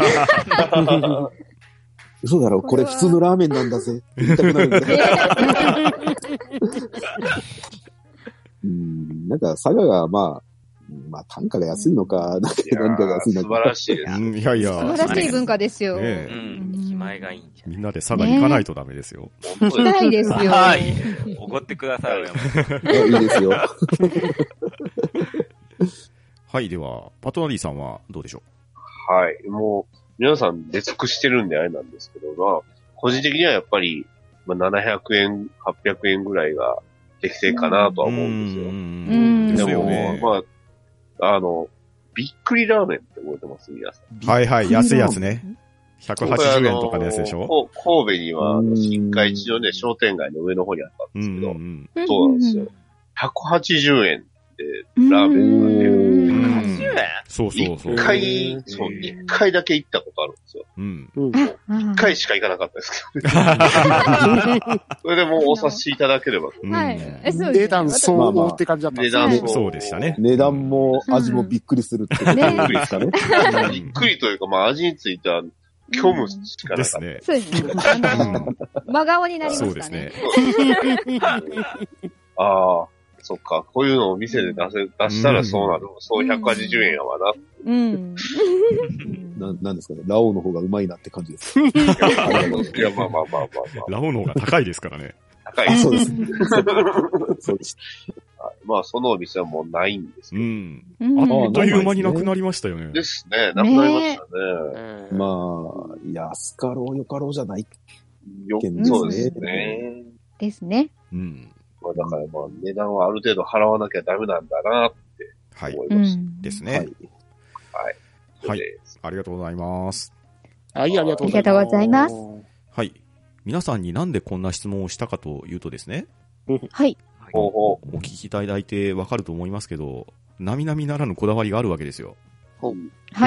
Speaker 6: ら、嘘だろこれ普通のラーメンなんだぜ。言いたくなるんだうん、なんか、佐賀が、まあ、まあ、単価が安いのか、なんか
Speaker 7: いや
Speaker 6: 何かが
Speaker 7: ー
Speaker 6: 安いの
Speaker 7: 素
Speaker 6: か。
Speaker 7: 晴らしいです。
Speaker 3: うんいやいや。
Speaker 4: 素晴らしい文化ですよ。
Speaker 1: う
Speaker 3: ねえ
Speaker 1: ん。気前がいいんじゃ
Speaker 3: み
Speaker 1: ない
Speaker 3: んなで佐賀に行かないとダメですよ。
Speaker 7: 本
Speaker 4: 行
Speaker 7: 当
Speaker 4: き
Speaker 7: で
Speaker 4: たいですよ。
Speaker 1: はい。 おごってくださいよ、山田さん
Speaker 6: いやいいですよ。
Speaker 3: はい、では、パトナリーさんはどうでしょ
Speaker 7: はい。もう、皆さん出尽くしてるんであれなんですけど、まあ、個人的にはやっぱり、まあ、700円、800円ぐらいが適正かなと
Speaker 3: う
Speaker 7: は思うんですよ。
Speaker 4: うん
Speaker 3: です
Speaker 7: で
Speaker 3: よ
Speaker 7: も、
Speaker 3: ね。
Speaker 7: まあ、あの、びっくりラーメンって覚えてます皆さん。
Speaker 3: はいはい、安いやつね。180円とかのやつでしょ
Speaker 7: これあのこ神戸には、あ
Speaker 6: う
Speaker 7: の
Speaker 6: ん
Speaker 7: 新海地上で商店街の上の方にあった
Speaker 3: うん
Speaker 7: んですけ
Speaker 3: う
Speaker 7: ど、
Speaker 3: ん
Speaker 7: そうなんですよ。180円でラーメンが売れる。
Speaker 3: う
Speaker 4: うん
Speaker 3: ん。
Speaker 1: 80円
Speaker 3: そうそうそう
Speaker 7: 一。回、そう、一回だけ行ったことあるんですよ。
Speaker 3: うん。
Speaker 5: うん。
Speaker 4: ああ
Speaker 7: 一回しか行かなかったですけど、それでもうお察しいただければ。
Speaker 3: うん
Speaker 4: はい。えそうですね
Speaker 5: 値段相
Speaker 6: まあまあ
Speaker 5: 応って感じだったん
Speaker 7: 値
Speaker 5: です
Speaker 7: 段
Speaker 5: ね
Speaker 7: も
Speaker 3: そうでしたね
Speaker 6: 値段も味もびっくりするってことですかね。
Speaker 7: びっくりというか、まあ味については虚無し
Speaker 3: で
Speaker 7: かなか
Speaker 3: す
Speaker 7: っ
Speaker 3: ね。
Speaker 4: そうですね。あの、真顔になりま
Speaker 3: そう
Speaker 4: し
Speaker 3: で
Speaker 4: た
Speaker 3: す
Speaker 4: ね
Speaker 3: ね。。
Speaker 7: た。ああ、そっか、こういうのを店で出せ、出したらそうなる。そう180円やわな。
Speaker 2: うん。
Speaker 6: ななんですかね。ラオウの方がうまいなって感じです。
Speaker 7: いや、まあまあまあまあま
Speaker 3: ラオウの方が高いですからね。
Speaker 7: あ。高い
Speaker 6: あ、
Speaker 7: です
Speaker 6: そうです。 そうです。
Speaker 7: まあ、そのお店はもうないんです
Speaker 3: う
Speaker 7: よ。
Speaker 3: ん。
Speaker 4: うん
Speaker 3: あ
Speaker 6: あ
Speaker 3: っという間になくなりましたよね。
Speaker 7: ですね。なくなりましたね。
Speaker 5: あ。
Speaker 6: まあ、安かろうよかろうじゃない。
Speaker 7: よ
Speaker 6: うん
Speaker 7: そうですね。
Speaker 4: ですね。
Speaker 3: うん。
Speaker 7: まあ、だからまあ、値段はある程度払わなきゃダメなんだな、
Speaker 3: はい。
Speaker 7: 思いうました。
Speaker 4: ん。
Speaker 3: です
Speaker 6: は
Speaker 3: ね
Speaker 6: い。。
Speaker 3: はい
Speaker 7: で。
Speaker 3: ありがとうございます。
Speaker 5: はい、ありがとうござ
Speaker 4: ありが
Speaker 5: います。
Speaker 4: とうございます
Speaker 3: はい。皆さんになんでこんな質問をしたかというとですね、
Speaker 4: はい。
Speaker 7: ほうほ
Speaker 3: お聞きいただいてわかると思いますけど、並々ならぬこだわりがあるわけですよ。
Speaker 4: は
Speaker 6: う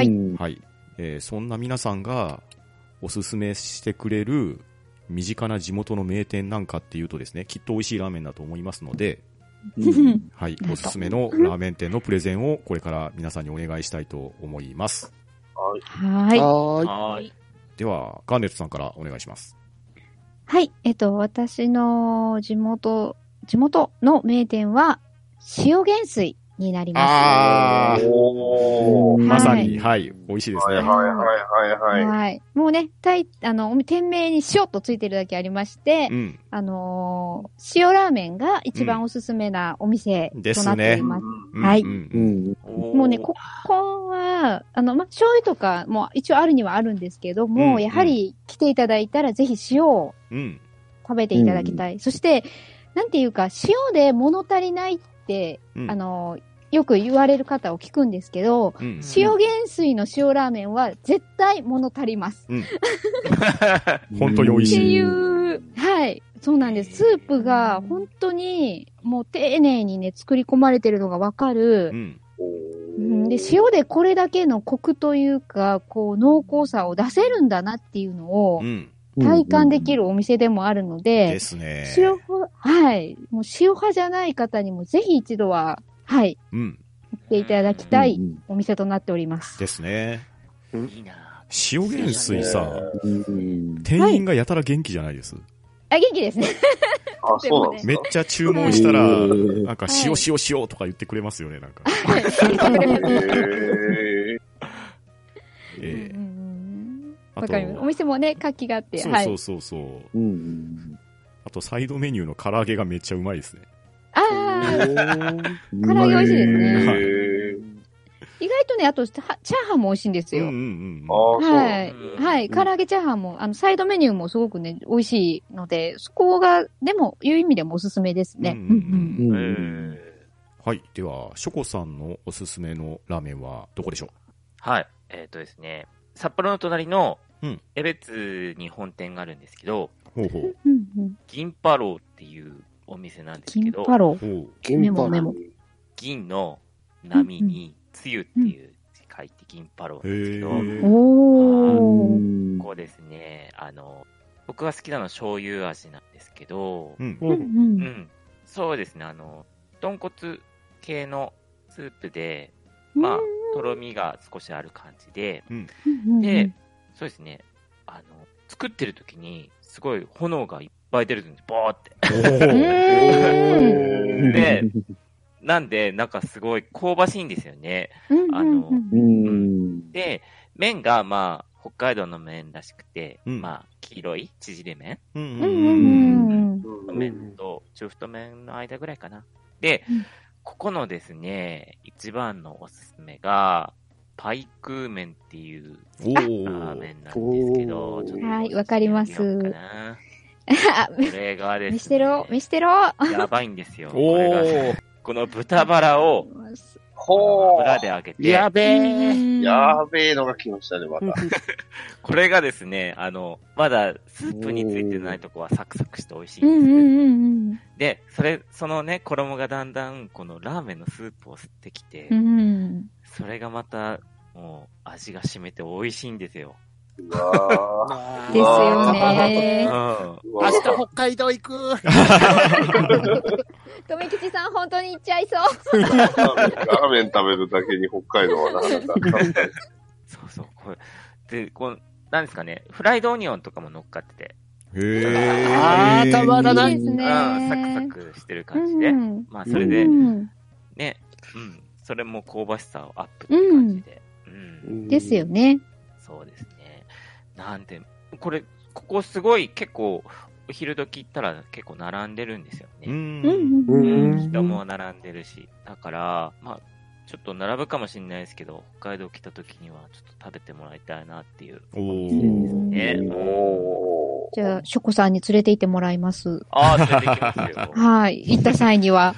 Speaker 4: い。
Speaker 6: ん
Speaker 3: はい。えーそんな皆さんがおすすめしてくれる身近な地元の名店なんかっていうとですね、きっと美味しいラーメンだと思いますので、
Speaker 6: うん
Speaker 3: はい
Speaker 4: なん、と
Speaker 3: おすすめのラーメン店のプレゼンをこれから皆さんにお願いしたいと思います。
Speaker 4: はい。
Speaker 5: はーい。
Speaker 1: はーい。
Speaker 3: では、ガーネットさんからお願いします。
Speaker 4: はい。えっと、私の地元、地元の名店は、塩原水になりま
Speaker 3: あ
Speaker 4: す。
Speaker 3: ー
Speaker 7: おー。
Speaker 3: まさに、
Speaker 7: は
Speaker 3: はいい、美味しいです
Speaker 7: はい
Speaker 3: ね。
Speaker 7: はいはいはいはい。
Speaker 4: はい。もうね、たいあの、店名に塩とついてるだけありまして、
Speaker 3: うん。
Speaker 4: あのー塩ラーメンが一番おすすめなお店となっています。
Speaker 3: うん
Speaker 4: はい
Speaker 3: うん
Speaker 6: うん。
Speaker 1: も
Speaker 4: もうね、ここは、あの、ま、醤油とかも一応あるにはあるんですけども、
Speaker 3: うん
Speaker 4: やはり来ていただいたらぜひ塩を
Speaker 3: うん。
Speaker 4: 食べていただきたい。そして、なんていうか、塩で物足りないって、
Speaker 3: うん
Speaker 4: あ、の、よく言われる方を聞くんですけど、
Speaker 3: うん。
Speaker 4: 塩原水の塩ラーメンは絶対物足ります。
Speaker 3: 本当に美味
Speaker 4: っ
Speaker 3: しい
Speaker 4: ていう、はい、そうなんです。スープが本当にもう丁寧にね、作り込まれてるのがわか
Speaker 3: う
Speaker 4: る。
Speaker 3: ん。
Speaker 4: うん、で、塩でこれだけのコクというか、こう、濃厚さを出せるんだなっていうのを
Speaker 3: うん。
Speaker 4: 体感でき
Speaker 6: る。
Speaker 4: るお店でもあるので
Speaker 3: で、すね。
Speaker 4: 塩派、はい、もう塩派じゃない方にもぜひ一度は、はい、
Speaker 3: うん。
Speaker 4: 行っていただきたい
Speaker 6: うん
Speaker 4: お店となっております。
Speaker 3: ですね。
Speaker 1: いいな
Speaker 3: 塩原水さ、
Speaker 6: うん
Speaker 3: 店員がやたら元気じゃないです。
Speaker 4: あ、元気ですね。
Speaker 7: あ、そうなんです
Speaker 3: めっ
Speaker 7: か。
Speaker 3: ちゃ注文したら、
Speaker 6: うん
Speaker 3: なんか
Speaker 4: はい
Speaker 3: 塩塩塩とか言ってくれますよね、なんか。
Speaker 7: へ
Speaker 3: ええ
Speaker 4: うんうんうん
Speaker 3: あ
Speaker 4: わ
Speaker 3: と
Speaker 4: かります。お店もね、活気があって、
Speaker 3: そ
Speaker 4: は
Speaker 3: う
Speaker 4: い
Speaker 3: そ。うそうそう。
Speaker 6: うん。
Speaker 3: あとサイドメニューの唐揚げがめっちゃうまいですね。
Speaker 4: ああ、
Speaker 6: 唐
Speaker 4: 唐揚げ美味しいですね。
Speaker 7: え。
Speaker 4: 意外とね、あと、はチャーハンも美味しいんです
Speaker 3: うんうん
Speaker 4: よ。
Speaker 7: ああ、そうなん
Speaker 4: は
Speaker 7: で
Speaker 4: い
Speaker 1: うん。
Speaker 4: はい。唐揚げチャーハンも、あの、サイドメニューもすごくね、美味しいので、そこが、でも、いう意味でもおすすめです
Speaker 3: うん。う
Speaker 4: ね。
Speaker 3: ん
Speaker 4: う
Speaker 3: うんん
Speaker 6: う。
Speaker 1: うんん。
Speaker 3: はい。では、ショコさんのおすすめのラーメンはどこでしょ
Speaker 1: はい。えっ、とですね、札幌の隣の
Speaker 3: うん、
Speaker 1: 江別に本店があるんですけど、
Speaker 3: うほうほう。
Speaker 4: うんうんうん。
Speaker 1: 銀パローっていうお店なんですけ
Speaker 4: 金
Speaker 1: ど、
Speaker 4: パロー。
Speaker 3: ほう。
Speaker 5: 銀パ
Speaker 4: メ
Speaker 5: ル
Speaker 4: モ
Speaker 1: 銀の波に、つゆっていう字書いて銀パローなんですけど、
Speaker 3: へえ。
Speaker 4: おー。
Speaker 1: こうですね、あの、僕が好きなのは醤油味なんですけど、
Speaker 3: うん。
Speaker 5: う。
Speaker 4: うん
Speaker 1: うんん。そうですね、あの、豚骨系のスープで、
Speaker 4: うん。
Speaker 1: まあ、とろみが少しある感じで、
Speaker 4: うんうん
Speaker 1: で、そうですね、あの、作ってる時に、すごい炎がいっぱい出るんです、ボーって。
Speaker 3: お
Speaker 4: うん
Speaker 3: ー
Speaker 4: うん
Speaker 1: で、なんで、なんかすごい香ばしいんですよね。
Speaker 4: うん
Speaker 1: あ
Speaker 4: う
Speaker 1: の
Speaker 4: んうん
Speaker 6: うーん。
Speaker 1: で、麺がまあ、北海道の麺らしくて、
Speaker 3: うん
Speaker 1: まあ、黄色い縮れ麺
Speaker 3: うん
Speaker 4: う
Speaker 3: うんん
Speaker 4: う
Speaker 3: うん
Speaker 4: んうん
Speaker 7: うん
Speaker 1: 麺と中太麺の間ぐらいかな。で、
Speaker 4: うん
Speaker 1: ここのですね、一番のおすすめが、パイクー麺っていう
Speaker 3: お
Speaker 1: ラー
Speaker 3: ー
Speaker 1: メンなんですけど
Speaker 5: おー、
Speaker 1: ちょっと
Speaker 4: はいわかります
Speaker 1: やってみようかな
Speaker 4: あ、
Speaker 1: これがですね、
Speaker 4: 見してろ、見してろ。
Speaker 1: やばいんですよ。こ
Speaker 3: お
Speaker 1: れが
Speaker 3: ー
Speaker 1: この豚バラを
Speaker 7: ほ
Speaker 1: 油
Speaker 7: ー。
Speaker 1: で揚げて、
Speaker 5: やべえ。
Speaker 7: やーべえのが来ましたね、また。
Speaker 1: これがですね、あの、まだスープについてないとこはサクサクして美味しい
Speaker 4: うんん
Speaker 1: です。
Speaker 4: うんうん
Speaker 1: で、それ、そのね、衣がだんだんこのラーメンのスープを吸ってきて、
Speaker 4: うん。うん。
Speaker 1: それがまた、もう味が染めて美味しいんですよ。
Speaker 7: うわー
Speaker 4: ですよね
Speaker 1: う。ん。
Speaker 7: うわ
Speaker 5: 明日
Speaker 7: ー
Speaker 5: 北海道行く。
Speaker 4: とめきちさん、本当に行っちゃいそう。
Speaker 7: ラーメンラーメン食べるだけに北海道はなかなか。
Speaker 1: そうそう、これ。で、こう、なんですかね、フライドオニオンとかも乗っかってて、
Speaker 3: へー
Speaker 5: あー、たまらないい。
Speaker 4: いです
Speaker 1: う
Speaker 4: ね
Speaker 1: ん、サクサクしてる感じで、
Speaker 4: うん
Speaker 1: まあ、それで
Speaker 4: う、ん
Speaker 1: ね、うん、それも香ばしさをアップって感じで、うん、
Speaker 4: ですよね。
Speaker 1: そうですね。なんで、これ、ここすごい結構、お昼時行ったら結構並んでるんですよね。
Speaker 3: う。
Speaker 4: うんんう
Speaker 5: うん
Speaker 4: うん。
Speaker 5: ん
Speaker 1: 人も並んでるし、だから、まあ、ちょっと並ぶかもしれないですけど、北海道来た時にはちょっと食べてもらいたいなっていう。
Speaker 3: お
Speaker 4: う
Speaker 3: ー
Speaker 4: ん
Speaker 1: ね、お
Speaker 7: お
Speaker 4: じゃあ、ショコさんに連れて行ってもらいます。
Speaker 1: ああ、連れてきますよ。
Speaker 4: はい。行った際には。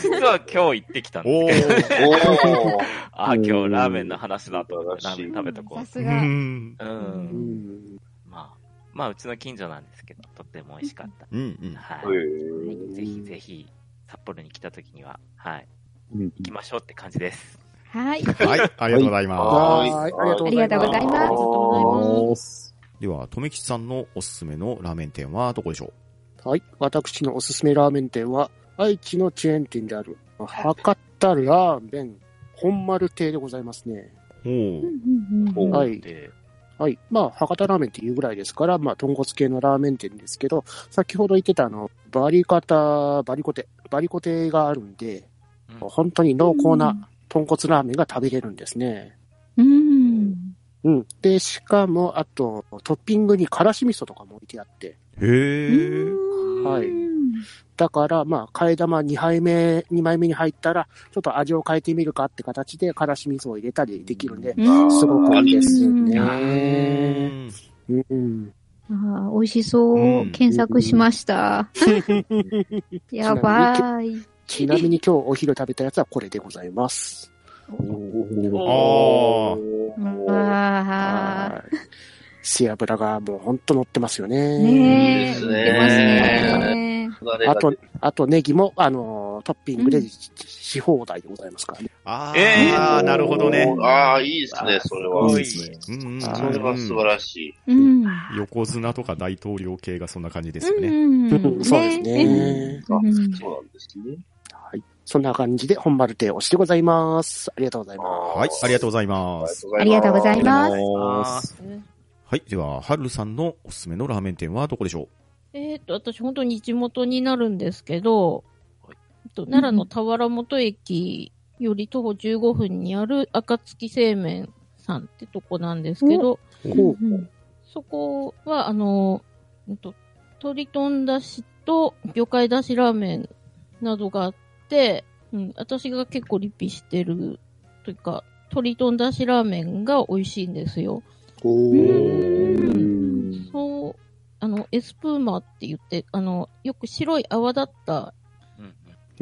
Speaker 1: 実は今日行ってきたんです
Speaker 3: お
Speaker 1: けど、
Speaker 3: ー
Speaker 7: ー。おー。
Speaker 1: ああ、今日ラーメンの話だと思って、ラーメン食べとこ
Speaker 4: さ
Speaker 1: う。
Speaker 4: す
Speaker 3: う
Speaker 4: が。
Speaker 3: ん
Speaker 1: う。
Speaker 5: うんん
Speaker 1: まあ、まあ、うちの近所なんですけど、とっても美味しかった。
Speaker 3: うんうん。
Speaker 1: はい。
Speaker 7: へ
Speaker 1: ぜひぜひ、札幌に来た時には、はい、
Speaker 6: うん
Speaker 1: 行きましょうって感じです。
Speaker 4: はい。
Speaker 3: はい、ありがとうございま
Speaker 5: はーい。ありがとうござ
Speaker 4: あ
Speaker 5: います。
Speaker 4: りがとうご
Speaker 3: す。では、とめきちさんのおすすめのラーメン店はどこでしょ
Speaker 5: はい。私のおすすめラーメン店は、愛知のチェーン店である、博多ラーメン本丸亭でございますね。
Speaker 3: うお
Speaker 4: うんうんうん
Speaker 7: おー
Speaker 5: はい
Speaker 1: で
Speaker 5: はい。まあ、博多ラーメンっていうぐらいですから、まあ、豚骨系のラーメン店ですけど、先ほど言ってたあの、バリカタ、バリコテ、バリコテがあるんで、
Speaker 1: うん
Speaker 5: 本当に濃厚な。豚骨ラーメンが食べれるんですね。
Speaker 4: うん。
Speaker 5: うん。で、しかも、あと、トッピングに辛子味噌とかも置いてあって、
Speaker 3: へー
Speaker 5: はい
Speaker 4: うん
Speaker 5: だから、まあ、替え玉2杯目、2枚目に入ったら、ちょっと味を変えてみるかって形で、辛子味噌を入れたりできるんで、
Speaker 4: うん
Speaker 5: すごくいいです
Speaker 3: う
Speaker 5: ね。
Speaker 3: ん
Speaker 5: うん。
Speaker 4: あー美味しそうう。
Speaker 3: ん
Speaker 4: 検索しました。やばい。
Speaker 5: ちなみに今日お昼食べたやつはこれでございます。
Speaker 3: あ
Speaker 7: お
Speaker 3: ー。
Speaker 4: あ
Speaker 5: はい。背脂がもうほんと乗ってますよ
Speaker 4: あ。
Speaker 5: ね。
Speaker 4: ねえ。
Speaker 7: いいですね
Speaker 4: 売ってますね。
Speaker 5: あと、あとネギも、あのートッピングで
Speaker 4: うん
Speaker 5: し放題でございますからね。
Speaker 3: あ
Speaker 1: え
Speaker 3: ー、なるほどね。
Speaker 7: ああ、いいですね、それは。
Speaker 1: す
Speaker 7: そ
Speaker 1: ご
Speaker 7: れ
Speaker 1: い
Speaker 3: うんうんうん
Speaker 7: は素晴らしい。
Speaker 4: うん。
Speaker 3: 横綱とか大統領系がそんな感じですよね。
Speaker 4: うんん
Speaker 5: そうですね。
Speaker 7: あ
Speaker 4: うん
Speaker 7: そうなんですね。
Speaker 5: はい。そんな感じで本丸亭をしてございます。ありがとうございます。
Speaker 3: はい、ありがとうござい
Speaker 7: あ。
Speaker 3: ます。
Speaker 4: ありがとうございます
Speaker 1: ます
Speaker 3: はい、では、はるさんのおすすめのラーメン店はどこでしょ
Speaker 2: えっ、と、私本当に地元になるんですけど、
Speaker 1: はい
Speaker 2: えっと奈良の田原本駅より徒歩15分にある暁製麺さんってとこなんですけど、
Speaker 5: こう
Speaker 2: そこは、あの、えっと、鶏豚だしと魚介だしラーメンなどがあって、うん、私が結構リピしてるというか、鶏豚だしラーメンが美味しいんですよ。
Speaker 6: おー。
Speaker 2: そう、あの、エスプーマって言って、あの、よく白い泡だった、
Speaker 1: うんうん
Speaker 5: う
Speaker 2: あ
Speaker 5: ん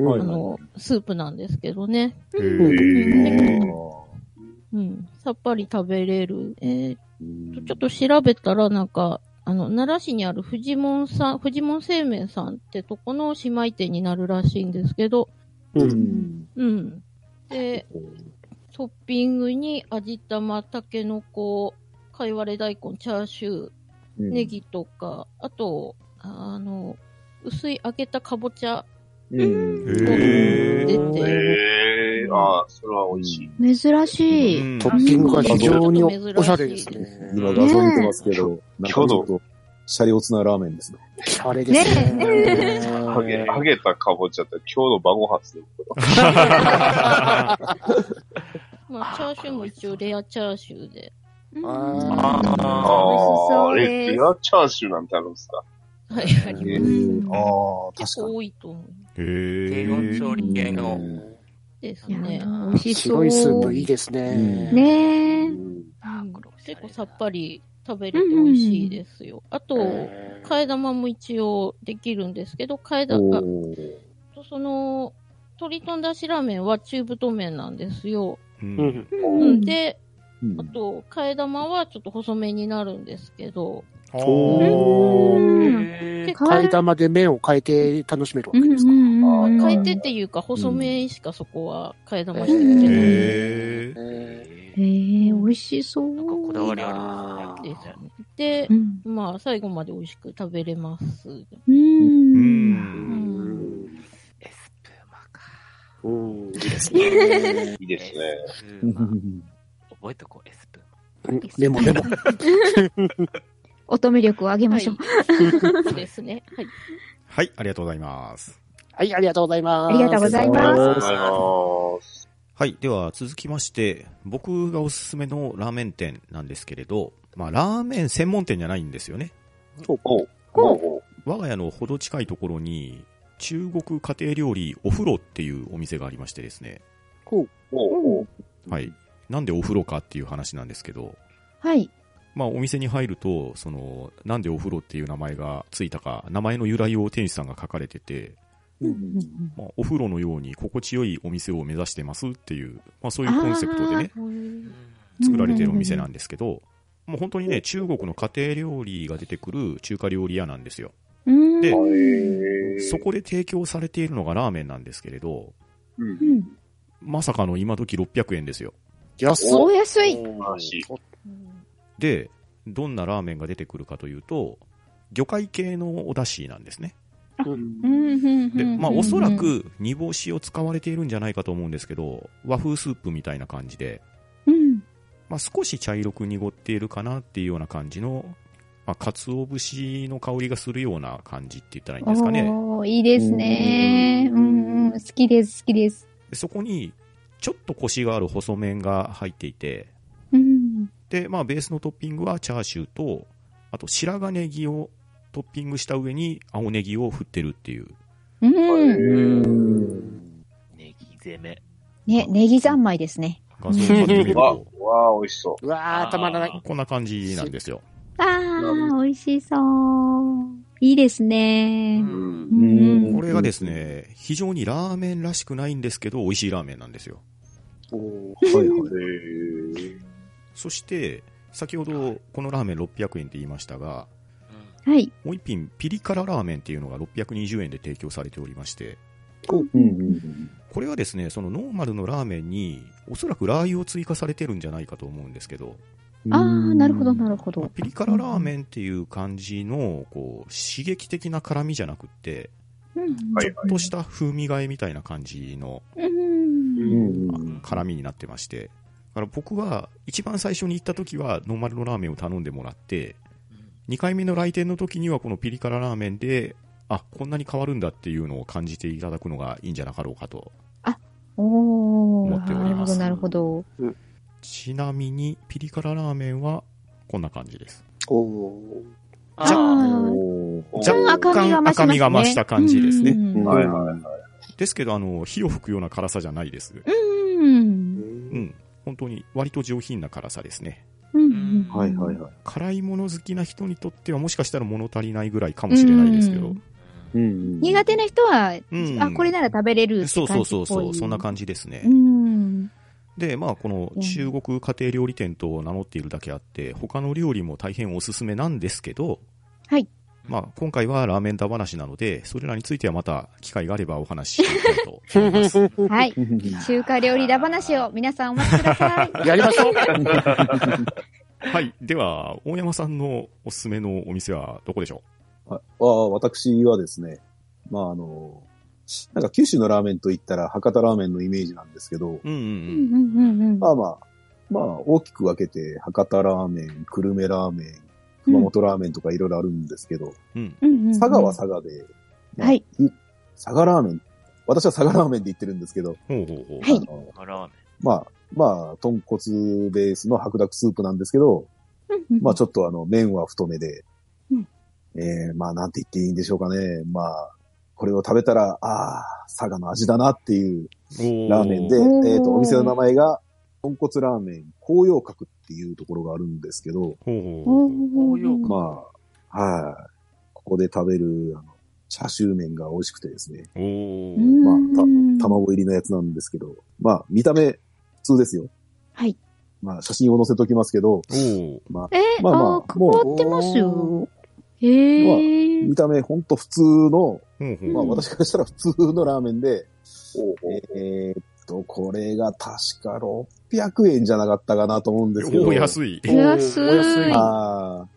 Speaker 6: はい
Speaker 2: の、スープなんですけどね。
Speaker 3: うへ
Speaker 5: う
Speaker 3: ー
Speaker 2: うん。さっぱり食べれる。えーと、ちょっと
Speaker 6: ち
Speaker 2: 調べたら、なんか、あの、奈良市にある藤門さん、藤門製麺さんってとこの姉妹店になるらしいんですけど、
Speaker 5: う
Speaker 6: うんん。
Speaker 2: うん。で、トッピングに味玉、タケノコ、かいわれ大根、チャーシュー、ネギとか、あと、あの、薄い揚げたかぼちゃ
Speaker 6: う
Speaker 2: も
Speaker 6: ん。
Speaker 2: 出
Speaker 3: へ
Speaker 2: て、
Speaker 5: ー
Speaker 7: ええ、ああ、それは美味しい。
Speaker 4: 珍し
Speaker 3: う
Speaker 4: い。
Speaker 3: ん
Speaker 5: トッピングが非常におしゃれです
Speaker 2: ちょっと珍
Speaker 5: ね。
Speaker 6: 今画像見てますけど、なんかちょっとシャレオツなラーメンですね。
Speaker 5: シャレですね。
Speaker 4: ね
Speaker 7: ハ ゲ、ハゲたかぼちゃって今日の晩ご飯ですね。
Speaker 2: まあ、チャーシューも一応レアチャーシューで。
Speaker 4: うん
Speaker 5: あ
Speaker 4: あ
Speaker 1: あ
Speaker 7: ああ、
Speaker 4: 美味しそうで
Speaker 7: え、
Speaker 4: す
Speaker 7: レアチャーシューなんてあるんですか
Speaker 2: はい、あり
Speaker 6: え
Speaker 2: ます。
Speaker 6: ー、ああ、
Speaker 2: 結
Speaker 6: 確かに。
Speaker 2: 構多いと思うん
Speaker 3: へ
Speaker 1: 低温
Speaker 3: ー
Speaker 1: 調理系
Speaker 6: う
Speaker 1: の、
Speaker 6: ん
Speaker 2: です
Speaker 4: いや
Speaker 2: ね。
Speaker 4: ー美味しそう。
Speaker 5: 白いスープいいですね。
Speaker 6: うん
Speaker 4: ねえ。
Speaker 2: うん結構さっぱり食べれて美味しいですよ。あと、替え玉も一応できるんですけど、替え玉、あ
Speaker 6: おー
Speaker 2: その、鶏とんだしラーメンは中太麺なんですよ。
Speaker 3: う
Speaker 5: うんん。
Speaker 4: うん
Speaker 2: で、
Speaker 6: うん
Speaker 2: あと、替え玉はちょっと細めになるんですけど、
Speaker 3: おー
Speaker 4: うん
Speaker 1: え
Speaker 2: 結構
Speaker 5: 替え玉で麺を変えて楽しめるわけですか。
Speaker 4: うんうん
Speaker 2: 変
Speaker 4: う
Speaker 2: え
Speaker 4: ん
Speaker 2: てっていうか、細めしかそこは替え玉して
Speaker 5: へ
Speaker 2: くれない
Speaker 3: へー
Speaker 5: え
Speaker 4: えー、美味しそう。
Speaker 1: なんかこだわりあ
Speaker 5: あ
Speaker 1: るん
Speaker 2: です
Speaker 1: ね。
Speaker 2: ね。で
Speaker 4: う、ん。
Speaker 2: まあ、最後まで美味しく食べれます。
Speaker 4: う。
Speaker 3: うん
Speaker 5: ー
Speaker 3: ん
Speaker 1: エスプーマか。
Speaker 5: うんうん
Speaker 7: いいですね。
Speaker 1: エスプーマ覚えとこう、エスプーマ。
Speaker 5: でも でも、
Speaker 4: 乙女力を上げま
Speaker 2: は
Speaker 4: しょう。
Speaker 2: い。そうですね。はい。
Speaker 3: はい、ありがとうございます。
Speaker 5: はい、ありがとうございます。
Speaker 4: ありがとうござい
Speaker 6: あ
Speaker 4: ま
Speaker 6: り
Speaker 4: す。
Speaker 6: が
Speaker 7: あ
Speaker 6: とうご
Speaker 7: りがとうご
Speaker 6: ざ
Speaker 7: ざいます。
Speaker 3: はい。では、続きまして、僕がおすすめのラーメン店なんですけれど、まあ、ラーメン専門店じゃないんですよね。
Speaker 5: そうか
Speaker 7: おう
Speaker 4: こ
Speaker 7: おう
Speaker 3: 我が家のほど近いところに、中国家庭料理お風呂っていうお店がありましてですね。
Speaker 5: こう。
Speaker 7: おうおう
Speaker 3: はい。なんでお風呂かっていう話なんですけど、
Speaker 4: はい。
Speaker 3: まあ、お店に入ると、その、なんでお風呂っていう名前がついたか、名前の由来を店主さんが書かれてて、まあ、お風呂のように心地よいお店を目指してますっていう、まあ、そういうコンセプトでね、作られてるお店なんですけど、もう本当にね、中国の家庭料理が出てくる中華料理屋なんですよ。
Speaker 4: うん。
Speaker 3: で
Speaker 7: へ
Speaker 4: うん
Speaker 7: ー
Speaker 3: そこで提供されているのがラーメンなんですけれど、
Speaker 7: うん
Speaker 4: う。ん。
Speaker 3: まさかの今時600円ですよ。
Speaker 5: 安っ。
Speaker 4: お安い。
Speaker 7: 話
Speaker 3: で、どんなラーメンが出てくるかというと、魚介系のお出汁なんですね。
Speaker 5: うん
Speaker 3: で、
Speaker 4: で
Speaker 3: まあおそら、く煮干しを使われているんじゃないかと思うんですけど、和風スープみたいな感じで、
Speaker 4: うん。
Speaker 3: まあ少し茶色く濁っているかなっていうような感じの、まあ、鰹節の香りがするような感じって言ったらいいんですかね。
Speaker 4: おーいいですね。うんうん。好きです、好きです。
Speaker 3: でそこに、ちょっとコシがある細麺が入っていて、
Speaker 4: うん。
Speaker 3: で、まあ、ベースのトッピングはチャーシューと、あと白髪ネギをトッピングした上に青ネギを振ってるっていう。
Speaker 4: うん。
Speaker 1: ネギ攻め。
Speaker 4: ね、ネギ三昧ですね。
Speaker 3: 画像を見てみる
Speaker 7: わ、
Speaker 3: と、
Speaker 7: わあ、美味しそう
Speaker 5: わー、たまらない。
Speaker 3: こんな感じなんですよ。
Speaker 4: ああ、美味しそう。いいですね。
Speaker 7: う。
Speaker 4: うんうん。
Speaker 3: これがですね、非常にラーメンらしくないんですけど、美味しいラーメンなんですよ。
Speaker 5: お
Speaker 6: はいはい。
Speaker 7: へえ。
Speaker 3: そして、先ほどこのラーメン600円って言いましたが、
Speaker 4: はい。
Speaker 3: もう一品、ピリ辛ラーメンっていうのが620円で提供されておりまして、
Speaker 6: うんうん
Speaker 3: これはですね、そのノーマルのラーメンに、おそらくラー油を追加されてるんじゃないかと思うんですけど、
Speaker 6: うん
Speaker 4: ああ、なるほど、なるほ
Speaker 3: まあ
Speaker 4: ど。
Speaker 3: ピリ辛ラーメンっていう感じの、こう、刺激的な辛みじゃなくって、
Speaker 4: うん
Speaker 7: はい
Speaker 3: ちょっとした風味替えみたいな感じの
Speaker 4: うん。
Speaker 6: うん
Speaker 3: あ
Speaker 6: うん
Speaker 3: 辛みになってまして、だから僕は一番最初に行った時はノーマルのラーメンを頼んでもらって、2回目の来店の時にはこのピリ辛ラーメンで、あ、こんなに変わるんだっていうのを感じていただくのがいいんじゃなかろうかと。
Speaker 4: お
Speaker 3: 思
Speaker 4: ー、
Speaker 3: ってお
Speaker 4: な
Speaker 3: り
Speaker 4: る
Speaker 3: ま
Speaker 4: ほ
Speaker 3: す
Speaker 4: ど、なるほど。
Speaker 3: ちなみに、ピリ辛ラーメンはこんな感じです。
Speaker 5: お
Speaker 4: ああ
Speaker 6: おー
Speaker 7: お
Speaker 3: じゃ
Speaker 4: ー、
Speaker 3: あ
Speaker 4: 赤みが増しますね。
Speaker 3: 赤みが増した感じですね
Speaker 4: うん
Speaker 7: はいはいは
Speaker 3: ですけど、あの、火を吹くような辛さじゃないです。
Speaker 4: うん。
Speaker 3: う
Speaker 5: ー。
Speaker 3: ん。本当に割と上品な辛さですね。
Speaker 4: うん。
Speaker 6: はいはいはい。
Speaker 3: 辛いもの好きな人にとってはもしかしたら物足りないぐらいかもしれないですけど。
Speaker 6: うんうん
Speaker 4: 苦手な人は、
Speaker 3: うん
Speaker 4: あ、これなら食べれるって感じ
Speaker 3: そう
Speaker 4: っぽ
Speaker 3: そ
Speaker 4: いう
Speaker 3: そうそう、そんな感じですね。
Speaker 4: うん。
Speaker 3: で、まあ、この中国家庭料理店と名乗っているだけあって、他の料理も大変おすすめなんですけど、
Speaker 4: はい。
Speaker 3: まあ、今回はラーメンだ話なので、それらについてはまた機会があればお話ししたいと 思います。
Speaker 4: はい。
Speaker 6: う
Speaker 4: 中華料理だ話を皆さんお待ちください。
Speaker 5: やりましょう
Speaker 3: はい。では、大山さんのおすすめのお店はどこでしょ
Speaker 6: んああ私はですね、まああの、なんか九州のラーメンと言ったら博多ラーメンのイメージなんですけど、
Speaker 3: ううんうんう
Speaker 4: う
Speaker 3: んん。
Speaker 4: うんうんうん
Speaker 6: まあまあ、まあ大きく分けて博多ラーメン、久留米ラーメン、熊本ラーメンとかいろいろあるんですけど、
Speaker 3: うん。
Speaker 4: 佐
Speaker 6: 佐賀は佐賀で、まあ
Speaker 4: はい。
Speaker 6: ゆ佐賀ラーメン、私は佐賀ラーメンで言ってるんですけど、
Speaker 3: ほうほうほう。
Speaker 4: はい
Speaker 6: あの
Speaker 1: あラーメ
Speaker 6: まあ、まあ、豚骨ベースの白濁スープなんですけど、まあちょっとあの、麺は太めで、
Speaker 4: うん
Speaker 6: えーまあなんて言っていいんでしょうかね。まあ、これを食べたら、ああ、佐賀の味だなっていう
Speaker 3: お
Speaker 6: ラーメンで、
Speaker 4: おー
Speaker 6: えっ、と、お店の名前が、豚骨ラーメン紅葉閣っていうところがあるんですけど、
Speaker 3: ほうほうほ
Speaker 4: お
Speaker 3: う。
Speaker 1: 紅葉
Speaker 4: ー
Speaker 6: まあ、はい、ここで食べる、あの、チャーシュー麺が美味しくてですね、
Speaker 3: お
Speaker 4: う
Speaker 3: ー
Speaker 4: ん
Speaker 6: まあた
Speaker 4: うん
Speaker 6: 卵入りのやつなんですけど、まあ、見た目、普通ですよ。
Speaker 4: はい。
Speaker 6: まあ、写真を載せときますけど、
Speaker 3: おー
Speaker 4: え、
Speaker 6: まあまあ
Speaker 4: あー、配ってますよ。えー。
Speaker 6: 見た目ほんと普通の、
Speaker 3: ほうほう。
Speaker 6: まあ、私からしたら普通のラーメンで、
Speaker 7: おうおう
Speaker 6: えーっと、これが確か600円じゃなかったかなと思うんですけど。
Speaker 3: おー安い。
Speaker 4: お安い
Speaker 5: お安い。
Speaker 6: ああ、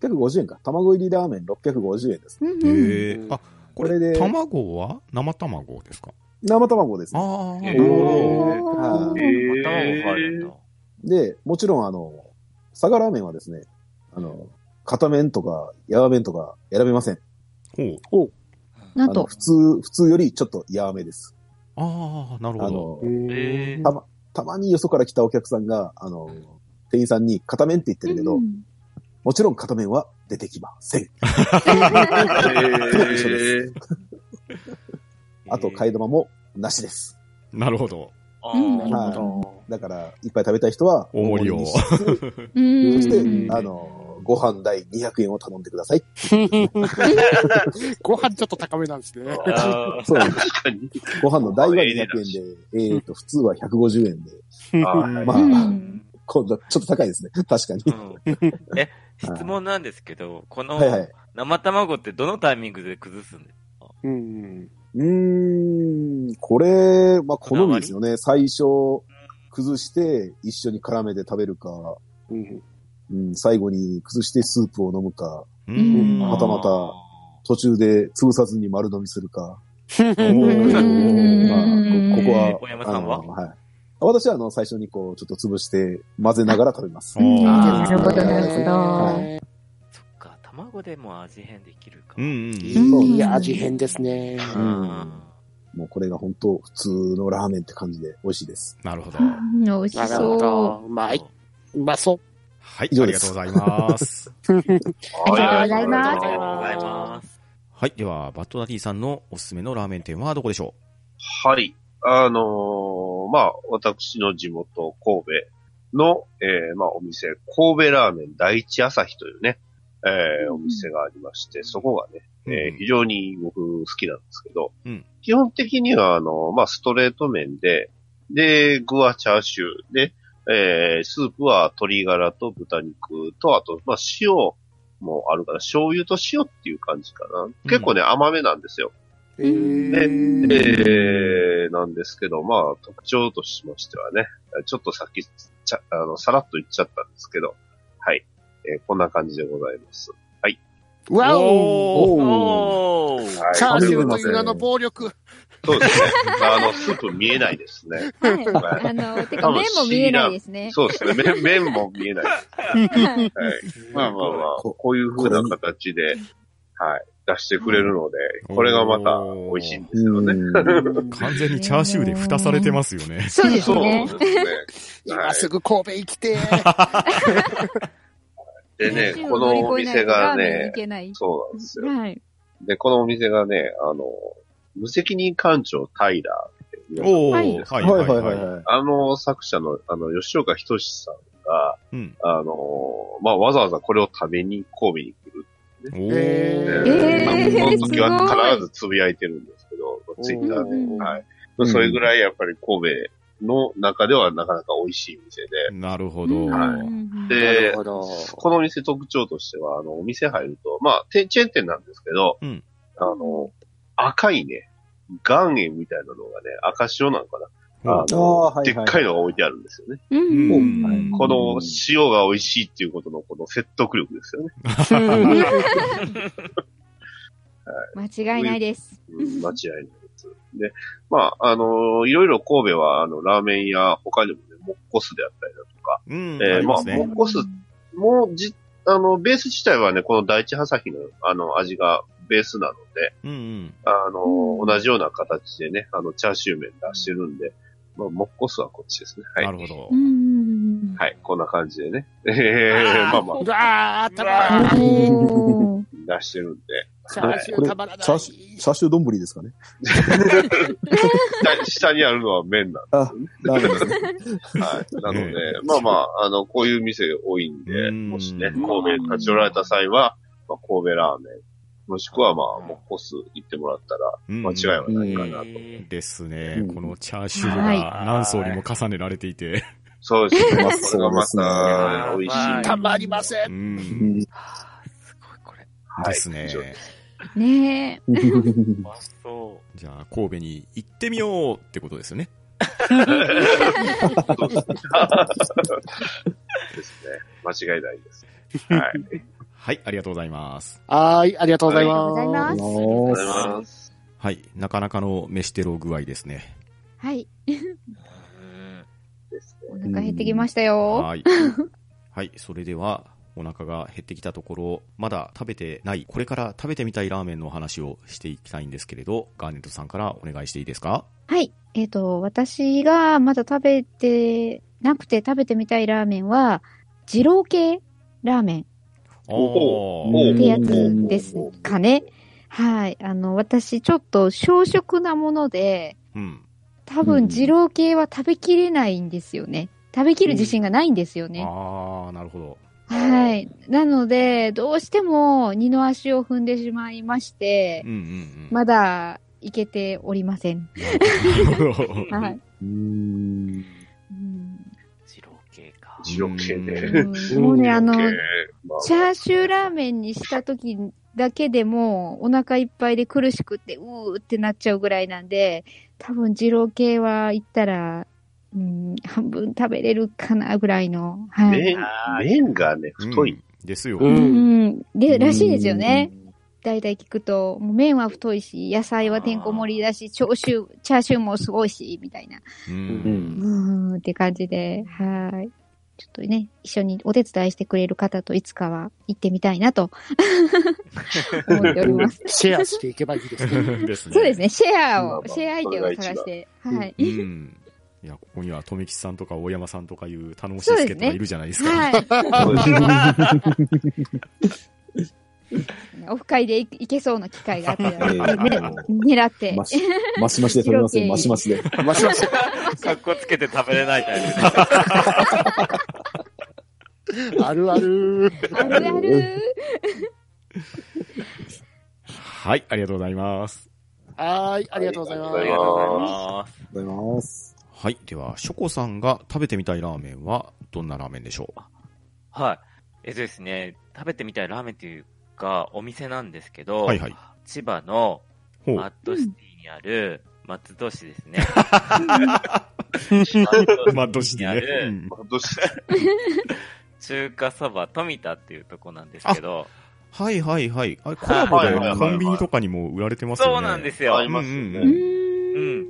Speaker 6: 650円か。卵入りラーメン650円です。
Speaker 4: うんうん
Speaker 3: へえ。あ、こ
Speaker 6: これ
Speaker 3: れ、
Speaker 6: で
Speaker 3: 卵は生卵ですか
Speaker 6: 生卵です、ね。
Speaker 3: ああ、
Speaker 1: へー
Speaker 3: なるほ
Speaker 6: おー
Speaker 3: ど。
Speaker 4: あ
Speaker 1: ン。
Speaker 4: ー
Speaker 1: えー、頭が入るんだ。
Speaker 6: で、もちろんあの、佐賀ラーメンはですね、あの、片面とか、やわ麺とか選べません。
Speaker 3: ほう。
Speaker 4: なん
Speaker 6: あの
Speaker 4: と
Speaker 6: 普。通、普通よりちょっとやわめです。
Speaker 3: ああ、なる
Speaker 6: あ
Speaker 3: ほど。
Speaker 6: の、
Speaker 1: えー
Speaker 6: たま、たまによそから来たお客さんが、あの、店員さんに片面って言ってるけど、
Speaker 4: うん
Speaker 6: もちろん片面は出てきません。一緒で
Speaker 7: え
Speaker 6: あと、替え玉もなしです。
Speaker 3: なるほど。
Speaker 1: あ
Speaker 4: うん
Speaker 1: ー
Speaker 6: なるほ
Speaker 5: ど。
Speaker 6: だから、いっぱい食べたい人は、
Speaker 3: 大盛りを
Speaker 6: にしつつ
Speaker 4: うん
Speaker 6: そして
Speaker 4: うん、
Speaker 6: あの、ご飯代200円を頼んでください。
Speaker 5: ご飯ちょっと高めなんですね。
Speaker 1: あ
Speaker 6: そうなんです。
Speaker 7: 確かに。
Speaker 6: ご飯の代は200円で、えっと、普通は150円で、
Speaker 7: はい
Speaker 6: ま
Speaker 4: う
Speaker 6: あ、
Speaker 4: ん
Speaker 6: 今度はちょっと高いですね。 確かに。
Speaker 1: ーうんえ、質問なんですけど、この
Speaker 6: はいはい。
Speaker 1: 生卵ってどのタイミングで崩すんです
Speaker 5: うん。
Speaker 6: うーん、これ、まあ、好みですよね。最初、崩して、一緒に絡めて食べるか、
Speaker 5: うん。
Speaker 6: うん、最後に崩してスープを飲むか、
Speaker 3: う
Speaker 4: うん
Speaker 1: か
Speaker 6: またまた途中で潰さずに丸飲みするか。
Speaker 4: うん
Speaker 6: まあ、ここは、
Speaker 1: 小山さんは
Speaker 6: あのはい。私は、あの、最初にこう、ちょっと潰して、混ぜながら食べます。
Speaker 4: うん
Speaker 1: あー
Speaker 4: なるほど、なるほ
Speaker 5: は
Speaker 4: ど。
Speaker 5: い
Speaker 1: そっか、卵でも味変できるか。
Speaker 3: うんうん
Speaker 6: そう
Speaker 5: いや、味変ですね。
Speaker 1: うん
Speaker 6: もうこれが本当普通のラーメンって感じで美味しいです。
Speaker 3: なるほど。
Speaker 4: うん美味し
Speaker 5: なる
Speaker 4: そ
Speaker 5: ほ
Speaker 4: う。
Speaker 5: ど。うまい。うまそう。
Speaker 3: はい、
Speaker 6: 以上
Speaker 3: あ
Speaker 6: で
Speaker 3: りがとう
Speaker 6: す
Speaker 3: ございます。
Speaker 4: ありがとうござい
Speaker 1: あり
Speaker 4: ます
Speaker 1: がとうございます。
Speaker 3: はい、では、バッドダディさんのおすすめのラーメン店はどこでしょ
Speaker 7: はい。あのーまあ、私の地元、神戸の、えーまあ、お店、神戸ラーメン第一朝日というね、えーお店がありまして、そこがね、
Speaker 3: う
Speaker 7: えー
Speaker 3: うん
Speaker 7: 非常に僕好きなんですけど、
Speaker 3: うん
Speaker 7: 基本的には、あの、まあ、ストレート麺で、で、具はチャーシューで、えースープは鶏ガラと豚肉と、あと、まあ、塩もあるから、醤油と塩っていう感じかな。結構ね、甘めなんですよ。
Speaker 5: えー
Speaker 7: えー、なんですけど、まあ、特徴としましてはね、ちょっとさっき、ちゃあの、さらっと言っちゃったんですけど、はい。えーこんな感じでございます。
Speaker 5: わお
Speaker 3: おー
Speaker 1: おー
Speaker 7: はい。
Speaker 5: チャーシューという名の暴力。
Speaker 7: そうですね。あの、スープ見えないですね。
Speaker 4: はい。あの、てか、
Speaker 7: 多分
Speaker 4: 麺も見えないですね。
Speaker 7: そうですね。麺、麺も見えないです。
Speaker 4: はい
Speaker 7: はい。まあまあまあ、
Speaker 6: こ
Speaker 7: こういう風な形で、はい、出してくれるので、これがまた美味しいんですよね。
Speaker 6: うん
Speaker 3: 完全にチャーシューで蓋されてますよ ね。
Speaker 4: そうです
Speaker 7: そうで
Speaker 4: ね
Speaker 7: す。ね。
Speaker 5: 今すぐ神戸行きて。
Speaker 7: でね、
Speaker 4: 年を
Speaker 7: このお
Speaker 4: 乗り越え
Speaker 7: 店
Speaker 4: な
Speaker 7: が
Speaker 4: いとラーメンい
Speaker 7: ね、
Speaker 4: けない。
Speaker 7: そうなんですよ。
Speaker 4: はい。
Speaker 7: で、このお店がね、あの、無責任館長タイラーっていう
Speaker 3: おお
Speaker 4: は
Speaker 3: はいい
Speaker 6: は
Speaker 3: はいい
Speaker 6: はいはい
Speaker 3: はい。
Speaker 6: はい。
Speaker 7: あの作者の、あの、吉岡仁さんが、
Speaker 3: うん。
Speaker 7: あの、まあ、わざわざこれを食べに神戸に来る
Speaker 3: お
Speaker 5: え
Speaker 7: って、
Speaker 4: え
Speaker 7: まあ
Speaker 4: ー
Speaker 7: この時
Speaker 4: すごい
Speaker 7: は必ずつぶやいてるんですけど、ツイッターで。はい。それぐらいやっぱり神戸の中ではなかなか美味しい店で、
Speaker 3: なるほど。
Speaker 7: は
Speaker 5: なる
Speaker 7: で
Speaker 5: ほ、ど。
Speaker 7: このお店特徴としては、あの、お店入ると、まあ、てチェーン店なんですけど、
Speaker 3: うん
Speaker 7: あの、赤いね、岩塩みたいなのがね、赤塩なのかな、
Speaker 3: うん
Speaker 7: あ
Speaker 6: あ
Speaker 7: の
Speaker 6: あ、はいはい。
Speaker 7: でっかいのが置いてあるんですよね。
Speaker 4: うん
Speaker 3: う
Speaker 4: うん
Speaker 3: ん
Speaker 6: はい
Speaker 3: うん
Speaker 7: この塩が美味しいっていうことのこの説得力ですよね。
Speaker 4: 間違いないです。
Speaker 7: うん、間違いないです。で、まあ、あの、いろいろ神戸は、あの、ラーメン屋、他にもね、モッコスであったりだとか、
Speaker 3: うん。
Speaker 7: えー
Speaker 3: あります
Speaker 7: まあ
Speaker 3: ね
Speaker 7: も。う起こすもうじ、あの、ベース自体はね、この第一ハサヒの、あの、味がベースなので、
Speaker 3: うんうん。
Speaker 7: あの、
Speaker 4: うん
Speaker 7: 同じような形でね、あの、チャーシュー麺出してるんで、まあ、もっこすはこっちですね。はい。
Speaker 3: なるほど
Speaker 4: う。ん。
Speaker 7: はい、こんな感じでね。ええまあま
Speaker 5: わー、たまら
Speaker 7: う
Speaker 5: ない。
Speaker 4: おー
Speaker 7: あ、出してるんで。
Speaker 5: チャーシュー
Speaker 6: これ
Speaker 5: たまらない。
Speaker 6: チャーシュー、チャーシュー丼ですかね。
Speaker 7: 下下にあるのは麺なん
Speaker 6: あ、ラーメンですね。
Speaker 7: で。 はい。なので
Speaker 3: ね、
Speaker 7: まあまあ、あの、こういう店多いんで、
Speaker 3: うん
Speaker 7: もしね、神戸に立ち寄られた際は、まあ、神戸ラーメン、もしくはまあ、もっこす行ってもらったら、
Speaker 3: うんうん
Speaker 7: 間違いはないかなと。
Speaker 3: ですね
Speaker 6: う。ん
Speaker 3: このチャーシューが何層にも重ねられていて。
Speaker 7: そうですね。
Speaker 6: まあ
Speaker 7: これがま た、
Speaker 1: そう
Speaker 7: 美
Speaker 1: ですね
Speaker 7: 味し
Speaker 1: ま
Speaker 7: い
Speaker 1: あ。
Speaker 5: たまりませ。
Speaker 3: うん。
Speaker 6: うんん
Speaker 1: すごいこれ。
Speaker 7: はい
Speaker 3: ですね
Speaker 7: 以。上で
Speaker 4: ね
Speaker 1: うまそ
Speaker 3: じゃあ、神戸に行ってみようってことですよね。
Speaker 7: ですね。間違いない です。はい。あり
Speaker 3: はい、ありがとうございます。
Speaker 5: はーい、ありがとうございま。
Speaker 4: ありがとうございますす
Speaker 7: がとうご
Speaker 6: お
Speaker 7: ざいます。
Speaker 3: はい、なかなかの飯テロ具合ですね。
Speaker 4: え。はい。
Speaker 1: う。うん
Speaker 7: ですね
Speaker 4: お腹減ってきましたよ。
Speaker 3: はい。はい、それでは、お腹が減ってきたところ、まだ食べてない、これから食べてみたいラーメンのお話をしていきたいんですけれど、ガーネットさんからお願いしていいですか
Speaker 4: はい。えっ、と、私がまだ食べてなくて食べてみたいラーメンは、二郎系ラーメン
Speaker 3: お
Speaker 6: お
Speaker 3: ー
Speaker 6: ー
Speaker 4: ってやつですかね。はい。あの、私ちょっと小食なもので、
Speaker 3: うん。
Speaker 4: 多
Speaker 6: う
Speaker 4: 分
Speaker 6: ん
Speaker 4: 二郎系は食べきれないんですよね。食べきる自信がないんですよね。
Speaker 3: ああ、なるほど。
Speaker 4: はい。なので、どうしても二の足を踏んでしまいまして
Speaker 3: うん、うんうん。
Speaker 4: まだいけておりません。
Speaker 3: なる ほど
Speaker 4: はい。
Speaker 6: う
Speaker 4: う
Speaker 6: ん。
Speaker 4: ん
Speaker 1: 二郎系か。
Speaker 7: 二郎系
Speaker 3: う
Speaker 7: で。
Speaker 4: うんもうね、あの
Speaker 7: 二、郎系まあ
Speaker 4: チャーシューラーメンにした時だけでもお腹いっぱいで苦しくって、うーってなっちゃうぐらいなんで、多分二郎系は行ったら、うん、半分食べれるかなぐらいの。はい。
Speaker 7: 麺、麺がね、太い。
Speaker 3: うんですよ。
Speaker 5: う
Speaker 4: うんん、で、らしいですよね。大体聞くと、もう麺は太いし、野菜はてんこ盛りだし、チャーシュー、チャーシューもすごいし、みたいな。
Speaker 3: う
Speaker 5: うんん
Speaker 4: うーん、って感じで、はい。ちょっとね、一緒にお手伝いしてくれる方といつかは行ってみたいなと思っており ます。
Speaker 5: シェアしていけばいいですね。
Speaker 3: ですね。
Speaker 4: そうですね、シェア
Speaker 7: まあ
Speaker 4: を
Speaker 7: ま、あ
Speaker 4: シェア相手を探して、はい。
Speaker 3: うん。いや、ここには、とめきさんとか大山さんとかいう頼もしい助っ人がいるじゃないですか。
Speaker 4: はい。
Speaker 7: そうですね
Speaker 4: オフ会で行けそうな機会があったら、
Speaker 6: ええ
Speaker 4: ね狙って。
Speaker 6: マシ、マシマシで食べますよ。
Speaker 4: 白系
Speaker 6: マシマシで。
Speaker 5: まあ、しまし
Speaker 1: かっこつけて食べれないタイプ。
Speaker 5: あるある。
Speaker 4: あるある。
Speaker 3: はい、ありがとうございます。
Speaker 5: はーい、ありがとうござい
Speaker 7: あ
Speaker 1: あ
Speaker 7: り
Speaker 1: り
Speaker 7: が
Speaker 1: が
Speaker 5: ま
Speaker 7: と
Speaker 1: とう
Speaker 7: うご
Speaker 1: ご
Speaker 7: ざ
Speaker 1: ざいます。
Speaker 6: ありがと
Speaker 7: いま
Speaker 6: うございます。
Speaker 3: はい、では、ショコさんが食べてみたいラーメンは、どんなラーメンでしょう
Speaker 1: はい。えっとですね、食べてみたいラーメンというか、お店なんですけど、
Speaker 3: はいはい。
Speaker 1: 千葉の
Speaker 3: ほ
Speaker 1: マッ
Speaker 3: う。
Speaker 1: ドシティにある松戸市です ね。
Speaker 3: マッドシティね。うん
Speaker 7: どうして
Speaker 1: 中華そば富田っていうとこなんですけど、
Speaker 3: はいはいはい。あれ、コラボだ
Speaker 7: はいはいは
Speaker 3: よ
Speaker 7: い
Speaker 3: ね。コンビニとかにも売られてますよね。
Speaker 1: そうなんです
Speaker 7: あ
Speaker 1: よ
Speaker 7: り。ますよね。
Speaker 3: う
Speaker 4: うんーん。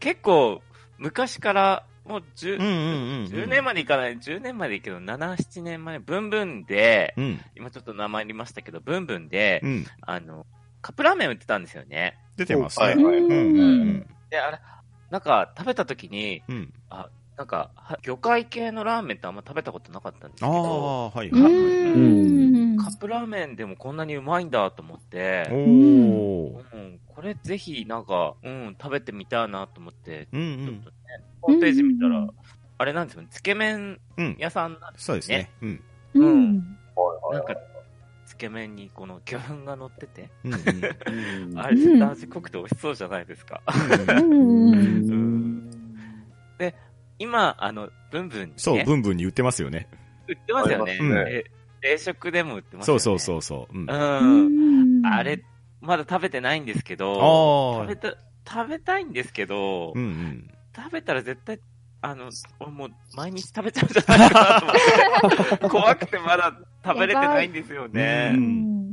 Speaker 1: 結構、昔から、もう10、
Speaker 3: うんうんうんうん。
Speaker 1: 10年までいかない、10年までいいけど、7、7年前、ブンブンで、
Speaker 3: うん。
Speaker 1: 今ちょっと名前ありましたけど、ブンブンで、
Speaker 3: うん。
Speaker 1: あの、カップラーメン売ってたんですよね。
Speaker 3: 出てます
Speaker 7: は
Speaker 3: ね
Speaker 7: い。はい。
Speaker 3: うんうんうん。
Speaker 1: で、あれ、なんか食べた時に、
Speaker 3: うん。
Speaker 1: なんか、は魚介系のラーメンってあんま食べたことなかったんですけ
Speaker 3: あ
Speaker 1: ど、
Speaker 3: あ、はいうはい。
Speaker 4: ーん。
Speaker 1: カップラーメンでもこんなにうまいんだと思って、
Speaker 3: おー。
Speaker 1: うん、これぜひなんか、うん、食べてみたいなと思って、
Speaker 3: うんう
Speaker 1: ちょっとね
Speaker 3: ん。、
Speaker 1: ホームページ見た
Speaker 4: う
Speaker 1: ら
Speaker 4: ん、
Speaker 1: あれなんですよね、つけ麺
Speaker 3: うん。
Speaker 1: 屋さんなんで
Speaker 3: そうですね。うん。
Speaker 4: う。
Speaker 1: うんなんか、つけ麺にこの 魚粉が乗ってて、
Speaker 3: うんうん。
Speaker 6: うん
Speaker 1: あれ絶対味濃くて美味しそうじゃないですか。
Speaker 4: う
Speaker 3: うん
Speaker 4: ん。
Speaker 1: 今、あの、ブンブンにね、
Speaker 3: そう、ブンブンに売ってますよね。
Speaker 1: 売ってますよね
Speaker 3: あります。
Speaker 1: え冷食でも売ってます
Speaker 3: そ
Speaker 1: よ
Speaker 3: う
Speaker 1: ね。
Speaker 3: そうそうそう。うん。
Speaker 1: う
Speaker 3: あ
Speaker 1: ん。あれ、まだ食べてないんですけど、
Speaker 3: あ
Speaker 1: 食べ
Speaker 3: ー。
Speaker 1: た、食べたいんですけど
Speaker 3: う、んうん。
Speaker 1: 食べたら絶対、あの、俺もう毎日食べちゃうんじゃないかなと思 って、怖くてまだ食べれてないんですよ
Speaker 3: やばい
Speaker 1: ね
Speaker 3: う
Speaker 4: う。
Speaker 3: ん
Speaker 4: ん。
Speaker 1: い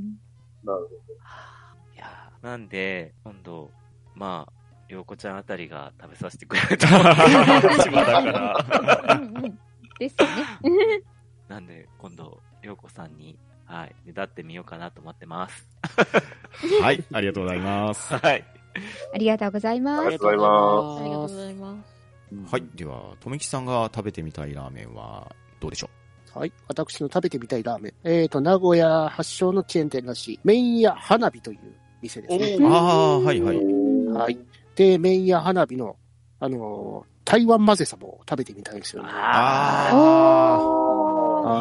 Speaker 1: やーなんで、今度、まあ、りょうこちゃんあたりが食べさせてくれた立場だから、
Speaker 4: うんうんですよね。
Speaker 1: なんで、今度、りょうこさんに、はい、ねだってみようかなと思ってます。
Speaker 3: はい、ありがとうございます。
Speaker 1: はい。
Speaker 4: ありがとうございま
Speaker 7: あ
Speaker 4: す
Speaker 7: り。がとうございま
Speaker 2: ありがとうございます。
Speaker 3: はい、では、とめきさんが食べてみたいラーメンはどうでしょ
Speaker 5: はい。私の食べてみたいラーメン。えっ、と、名古屋発祥のチェーン店らしい、麺屋花火という店ですね。
Speaker 3: うああー、はいはい。
Speaker 5: はい。で、麺屋花火の、あのー台湾混ぜそばを食べてみたいんですよね。
Speaker 1: あ
Speaker 3: あ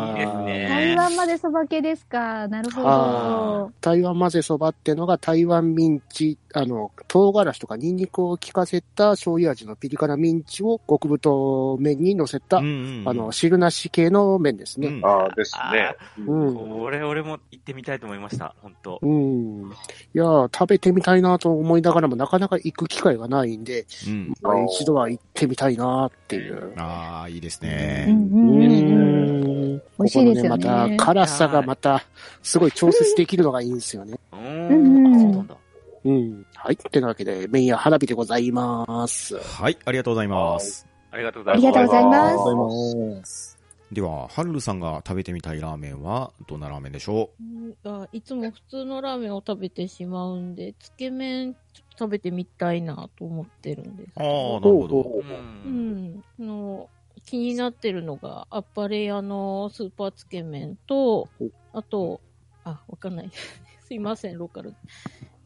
Speaker 1: あ、いいです
Speaker 4: 台
Speaker 1: ね。
Speaker 4: 湾までそば系ですか。なるほ
Speaker 5: あ
Speaker 4: ど。
Speaker 5: 台湾混ぜそばってのが台湾ミンチ、あの、唐辛子とかニンニクを効かせた醤油味のピリ辛ミンチを極太麺に乗せた、
Speaker 3: ーうんうん
Speaker 5: あの、汁なし系の麺です
Speaker 3: う
Speaker 5: ね。
Speaker 3: ん
Speaker 7: ああ、ですね。
Speaker 5: うん。
Speaker 1: これ、俺も行ってみたいと思いました。本当。
Speaker 5: うん。いやー、食べてみたいなと思いながらも、なかなか行く機会がないんで、
Speaker 3: うん
Speaker 5: まあ一度は行ってみたいなっていう。
Speaker 3: ああ、いいです
Speaker 4: う
Speaker 3: ね。
Speaker 4: んうんうんうん。
Speaker 5: うん
Speaker 4: 美味しいですよ
Speaker 5: ここの
Speaker 4: ね
Speaker 5: また、。辛さがまた、すごい調節できるのがいいんですよね。
Speaker 1: う
Speaker 4: うん
Speaker 1: ん。あ、そうなんだ。
Speaker 5: うん。はい。ってなわけで、麺屋花火でございます。
Speaker 3: はい、ありがとうございます。
Speaker 1: ありがとうご
Speaker 4: あ
Speaker 1: ざい
Speaker 4: り
Speaker 1: ます。
Speaker 4: がとうござい
Speaker 6: あり
Speaker 4: ま
Speaker 6: がとう
Speaker 4: す。
Speaker 6: ございます。
Speaker 3: では、はるるさんが食べてみたいラーメンはどんなラーメンでしょ
Speaker 2: あいつも普通のラーメンを食べてしまうんで、つけ麺ちょっと食べてみたいなと思ってるんです。
Speaker 3: うああ、なるほど。
Speaker 5: お
Speaker 1: う。
Speaker 5: ー
Speaker 2: うんん。あの気になってるのが、あっぱれ屋のスーパーつけ麺と、あと、あ、わかんない。 すいません、ローカル。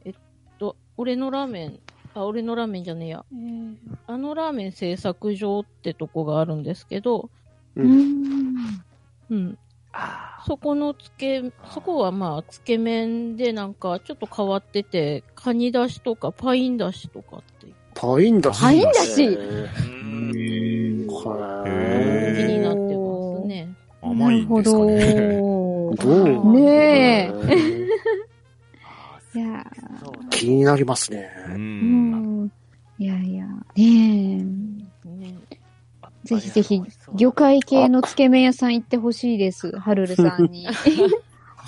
Speaker 2: えっと、俺のラーメン、あ、俺のラーメンじゃねえや。えーあのラーメン製作所ってとこがあるんですけど、
Speaker 4: うん
Speaker 2: うん。
Speaker 1: あ
Speaker 2: そこのつけ、そこはまあ、つけ麺でなんかちょっと変わってて、カニだしとかパインだしとかっていう
Speaker 5: パインだし。
Speaker 4: パインだし
Speaker 1: ーうん。
Speaker 2: 気
Speaker 3: へー
Speaker 5: は
Speaker 2: になってますね。
Speaker 3: 甘いんですか
Speaker 4: なる
Speaker 3: ね。
Speaker 4: ほど。
Speaker 5: い。どう
Speaker 4: ねい
Speaker 5: え。
Speaker 4: や
Speaker 1: そうだ
Speaker 5: 気になりますね。
Speaker 3: う。
Speaker 4: ー、うんん。いやいや、ね
Speaker 2: ね
Speaker 4: え。ぜひぜひ、魚。介系のつけ麺屋さん行ってほしいです。はるるさん に。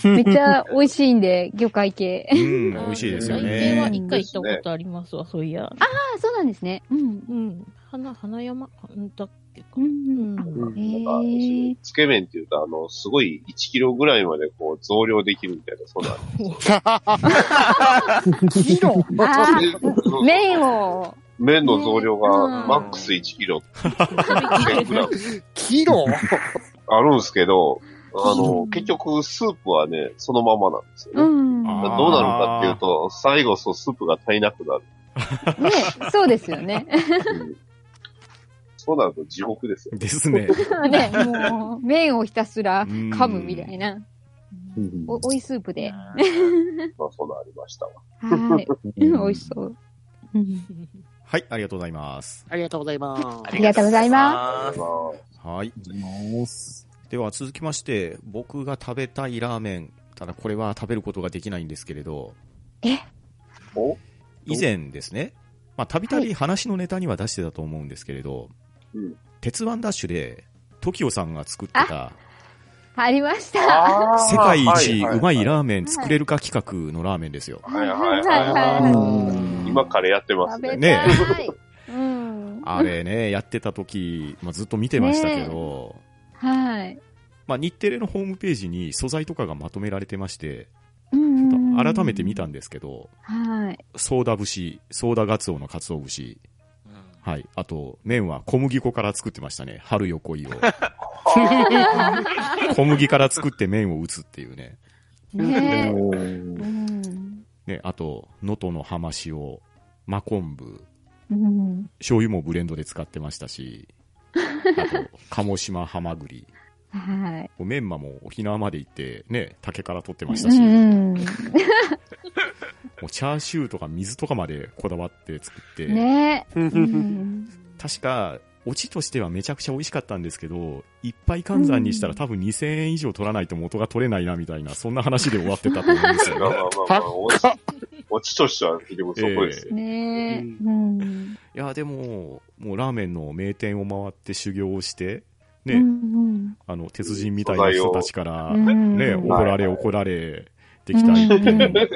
Speaker 4: めっちゃ美味しいんで、魚介系
Speaker 3: う。ん、美味しいですよ
Speaker 2: 内見は
Speaker 3: ね。
Speaker 2: 一回行ったことありますわ、そういや。
Speaker 4: ああ、そうなんですね。うん。
Speaker 2: うん。花、花山うんだっけか。
Speaker 4: う。
Speaker 2: うんん。
Speaker 5: うん
Speaker 4: へえ。
Speaker 7: つけ麺っていうと、あの、すごい1キロぐらいまでこう増量できるみたいな、そうなん
Speaker 5: キロ
Speaker 4: あ
Speaker 7: です。
Speaker 4: 麺を。
Speaker 7: 麺の増量
Speaker 4: うん
Speaker 7: がマックス1キロ、
Speaker 2: 食べ
Speaker 7: 1000
Speaker 2: きれ
Speaker 7: グラ
Speaker 2: る
Speaker 7: ム
Speaker 5: キロ
Speaker 7: あるんですけど、あ
Speaker 4: う
Speaker 7: の、
Speaker 4: ん
Speaker 7: 結局スープはね、そのままなんですよ
Speaker 4: う
Speaker 7: ね。
Speaker 4: ん。ね
Speaker 3: あー
Speaker 7: どうなるかっていうと、最後そうスープが足りなくなる。
Speaker 4: そうですよ ね。
Speaker 7: うんそうなると地獄ですよ。
Speaker 3: ですね。
Speaker 4: ね、もう、麺をひたすら噛むみたいな。
Speaker 6: うん
Speaker 4: お、おいスープで。
Speaker 7: まあ、そんなんありましたわ。
Speaker 4: はい。うん美味しそう。うん
Speaker 3: はい、ありがとうございます。
Speaker 5: ありがとうございま
Speaker 1: あ
Speaker 5: す。
Speaker 4: りがとうござい
Speaker 7: あ
Speaker 1: ま
Speaker 7: りがとうございます
Speaker 3: はい。
Speaker 6: ありがとうございます。
Speaker 3: では続きまして、僕が食べたいラーメン。ただこれは食べることができないんですけれど、
Speaker 7: お
Speaker 3: 以前ですね、まあ、たびたび話のネタには出してたと思うんですけれど、
Speaker 7: うん
Speaker 3: 鉄腕ダッシュで、TOKIO さんが作ってた、
Speaker 4: ありました。
Speaker 7: あー
Speaker 3: 世界一うま
Speaker 7: はい
Speaker 3: ラーメン作れるか企画のラーメンですよ。
Speaker 7: いはい
Speaker 4: はいはい
Speaker 7: は。
Speaker 4: はい
Speaker 6: うん
Speaker 7: 今カレーやってます
Speaker 4: 食
Speaker 7: ね
Speaker 4: べ。
Speaker 3: ね
Speaker 4: たい。うん。
Speaker 3: あれね、やってた時、まあ、ずっと見てましたけど、
Speaker 4: はい。
Speaker 3: まあ、日テレのホームページに素材とかがまとめられてまして、
Speaker 4: うんうんうん
Speaker 3: 改めて見たんですけど、
Speaker 4: はい。
Speaker 3: ソーダ節、ソーダガツオのカツオ節、
Speaker 1: す。うん
Speaker 3: はい。あと、麺は小麦粉から作ってましたね。春横 井を。小麦から作って麺を打つっていうね。
Speaker 4: ね
Speaker 6: お
Speaker 4: え。
Speaker 6: ー
Speaker 4: うん。
Speaker 3: ね、あと、能登の浜塩、真昆布、
Speaker 4: うん。
Speaker 3: 醤油もブレンドで使ってましたし、あと、鴨島ハマグリ。
Speaker 4: はい。
Speaker 3: メンマも沖縄まで行って、ね、竹から取ってまし
Speaker 4: う
Speaker 3: たし、も
Speaker 4: んう
Speaker 3: う
Speaker 4: ん。
Speaker 3: チャーシューとか水とかまでこだわって作って、
Speaker 4: ね
Speaker 5: う
Speaker 4: え。うん
Speaker 3: 確か、オチとしてはめちゃくちゃ美味しかったんですけど、いっぱい換算にしたら多分2000円以上取らないと元が取れないなみたいな、そんな話で終わってたと思うんです
Speaker 7: まあ
Speaker 3: よ
Speaker 7: ま
Speaker 3: ね。
Speaker 7: あまあ、オチオチとしては結 局そこですよ。
Speaker 4: ねえ。
Speaker 5: うん
Speaker 4: うん。
Speaker 3: いや、でも、もうラーメンの名店を回って修行をして、ね、
Speaker 4: うん
Speaker 3: あの、鉄人みたいな人たちから、ね、
Speaker 4: うん
Speaker 3: 怒られ
Speaker 7: はい
Speaker 3: 怒られ、できた一
Speaker 4: う
Speaker 3: 品
Speaker 4: ん
Speaker 3: ね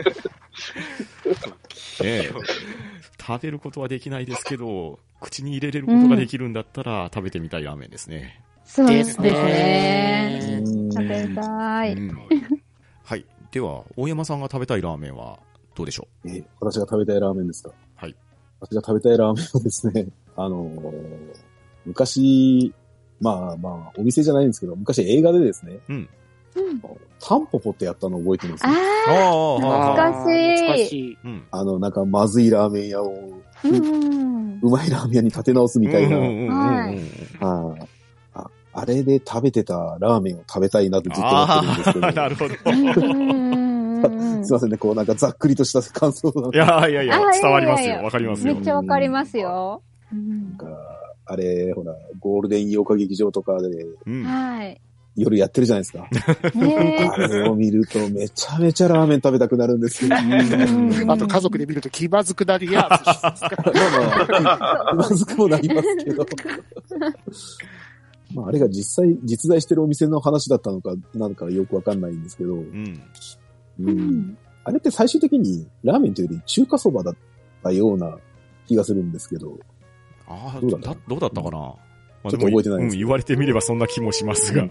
Speaker 3: 食べることはできないですけど、口に入れれることができるんだったら食べてみたいラーメンですね。
Speaker 4: そうで
Speaker 5: です
Speaker 4: す
Speaker 5: ね
Speaker 4: ね。
Speaker 6: うん
Speaker 4: 食べたい。
Speaker 3: うんはい。では、大山さんが食べたいラーメンはどうでしょう
Speaker 6: え私が食べたいラーメンですか
Speaker 3: はい。
Speaker 6: 私が食べたいラーメンはですね、あのー昔、まあまあ、お店じゃないんですけど、昔映画でですね、
Speaker 3: うん
Speaker 4: うん
Speaker 6: タンポポってやったの覚えてます
Speaker 4: ああ、
Speaker 3: あ
Speaker 4: 懐かしい
Speaker 5: 懐かしい。
Speaker 3: うん。
Speaker 6: あの、なんか、まずいラーメン屋を、
Speaker 4: うん。
Speaker 6: うまいラーメン屋に立て直すみたいな、
Speaker 3: うんうんうんうん
Speaker 4: はい
Speaker 6: はいああれで食べてたラーメンを食べたいなってずっと思ってるんですけ
Speaker 3: あ
Speaker 6: ど
Speaker 3: あ、、 なるほど。い
Speaker 4: うん
Speaker 6: すいませんね、こうなんかざっくりとした感想なんで
Speaker 3: やいやいや、
Speaker 4: あ
Speaker 3: 伝わります
Speaker 4: いやいやい
Speaker 3: よ。
Speaker 4: や
Speaker 3: わかります
Speaker 4: め
Speaker 3: よ
Speaker 4: っ。ちゃわかりますよ。
Speaker 6: なんか、あれ、ほら、ゴールデン洋歌劇場とかで
Speaker 3: うん。
Speaker 4: はい。
Speaker 6: 夜やってるじゃないですか。
Speaker 4: ね
Speaker 6: あれを見るとめちゃめちゃラーメン食べたくなるんですよ。
Speaker 4: うん
Speaker 5: あと家族で見ると気まずくなりやつ。
Speaker 6: まあまあ、まずくもなりますけど。まあ、あれが実際、実在してるお店の話だったのか、なんかよくわかんないんですけど、
Speaker 3: うん。
Speaker 6: う、
Speaker 4: うんん
Speaker 6: あれって最終的にラーメンというより中華そばだったような気がするんですけど、
Speaker 3: ああ、
Speaker 6: どうだ
Speaker 3: だどうだったかなまあ
Speaker 6: ちょっと覚えてな
Speaker 3: で
Speaker 6: い
Speaker 3: も
Speaker 6: で
Speaker 3: うん
Speaker 6: す
Speaker 3: 言われてみればそんな気もしますが。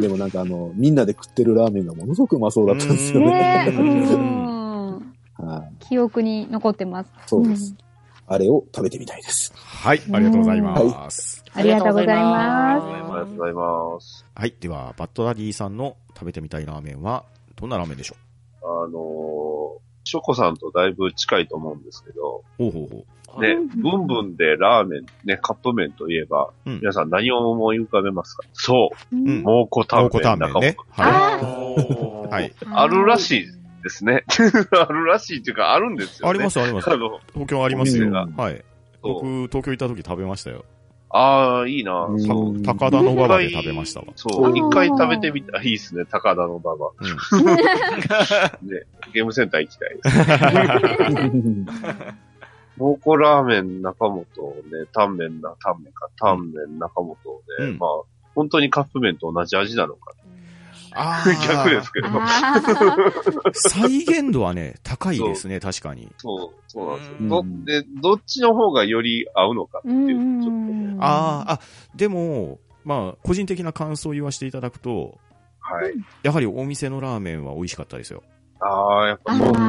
Speaker 6: でもなんかあの、みんなで食ってるラーメンがものすごくうまそうだったんですよ
Speaker 4: ね
Speaker 6: ね。
Speaker 4: うん。
Speaker 6: はい、
Speaker 4: 記憶に残ってます。
Speaker 6: そうです。あれを食べてみたいです。
Speaker 3: はい、ありがとうございます。
Speaker 4: ありがとうございます。
Speaker 7: ありがとうございます。
Speaker 3: はい、では、バッドダディさんの食べてみたいラーメンは、どんなラーメンでしょ
Speaker 7: あのーショコさんとだいぶ近いと思うんですけど、
Speaker 3: うほうほうほ
Speaker 7: ね、ブンブンでラーメン、ね、カップ麺といえば、
Speaker 3: う。うん。
Speaker 7: 皆さん何を思い浮かべますかそう
Speaker 3: うんん
Speaker 7: う、蒙古タ
Speaker 3: 蒙
Speaker 7: ンメン。
Speaker 3: 古タンメンね。は
Speaker 4: あ
Speaker 3: い。はい。
Speaker 7: あるらしいですね。あるらしいっていうか、あるんですよ、ね。。
Speaker 3: ありますす、あります
Speaker 7: あ。の、
Speaker 3: 東京あります
Speaker 7: お
Speaker 3: よ。
Speaker 7: 店が
Speaker 3: はい。
Speaker 7: そう。
Speaker 3: 僕、東京行った時食べましたよ。
Speaker 7: ああ、いいな
Speaker 6: う。ん
Speaker 3: た
Speaker 7: そう。
Speaker 3: 高田の馬場で食べましたわ。
Speaker 7: そう。
Speaker 4: あー
Speaker 7: 一回食べてみたいいですね。高田の馬場。
Speaker 3: うん
Speaker 7: ね、ゲームセンター行きたい です。蒙古ラーメン中本をね、タンメンな、タンメンか、タンメン中本をね、
Speaker 3: うん
Speaker 7: まあ、本当にカップ麺と同じ味なのか。
Speaker 3: あ
Speaker 7: 逆ですけど。
Speaker 3: 再現度はね、高いですね、確かに。
Speaker 7: そう、そうなんですよ。
Speaker 1: うん
Speaker 7: ど、で、どっちの方がより合うのかっていう、ちょっとね。
Speaker 3: ああ、あ、でも、まあ、個人的な感想を言わせていただくと、
Speaker 7: はい。
Speaker 3: やはりお店のラーメンは美味しかったですよ。
Speaker 7: ああ、やっぱそう。
Speaker 4: あ
Speaker 3: あ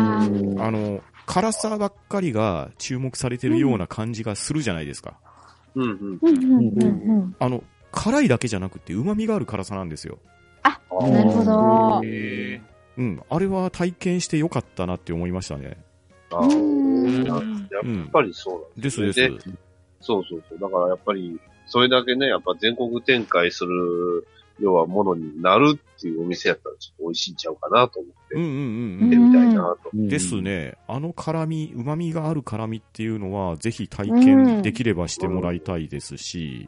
Speaker 3: の、辛さばっかりが注目されてるような感じがするじゃないですか。
Speaker 7: うんうん。
Speaker 3: あの、辛いだけじゃなくて、旨味がある辛さなんですよ。
Speaker 7: あ
Speaker 4: なるほど。
Speaker 1: え
Speaker 3: うん。あれは体験してよかったなって思いましたね。
Speaker 7: あーや
Speaker 3: う
Speaker 7: っ
Speaker 3: ん。
Speaker 7: ぱりそうなん
Speaker 3: ですです。
Speaker 7: でそうそうそう。だからやっぱり、それだけね、やっぱ全国展開する、要はものになるっていうお店やったらちょっと美味しいんちゃうかなと思って、
Speaker 3: うんう
Speaker 7: 行っ
Speaker 3: んうんう
Speaker 7: て
Speaker 3: ん。
Speaker 7: みたいなと。
Speaker 3: です。ね。あの辛み、旨味がある辛みっていうのは、ぜひ体験できればしてもらいたいですし、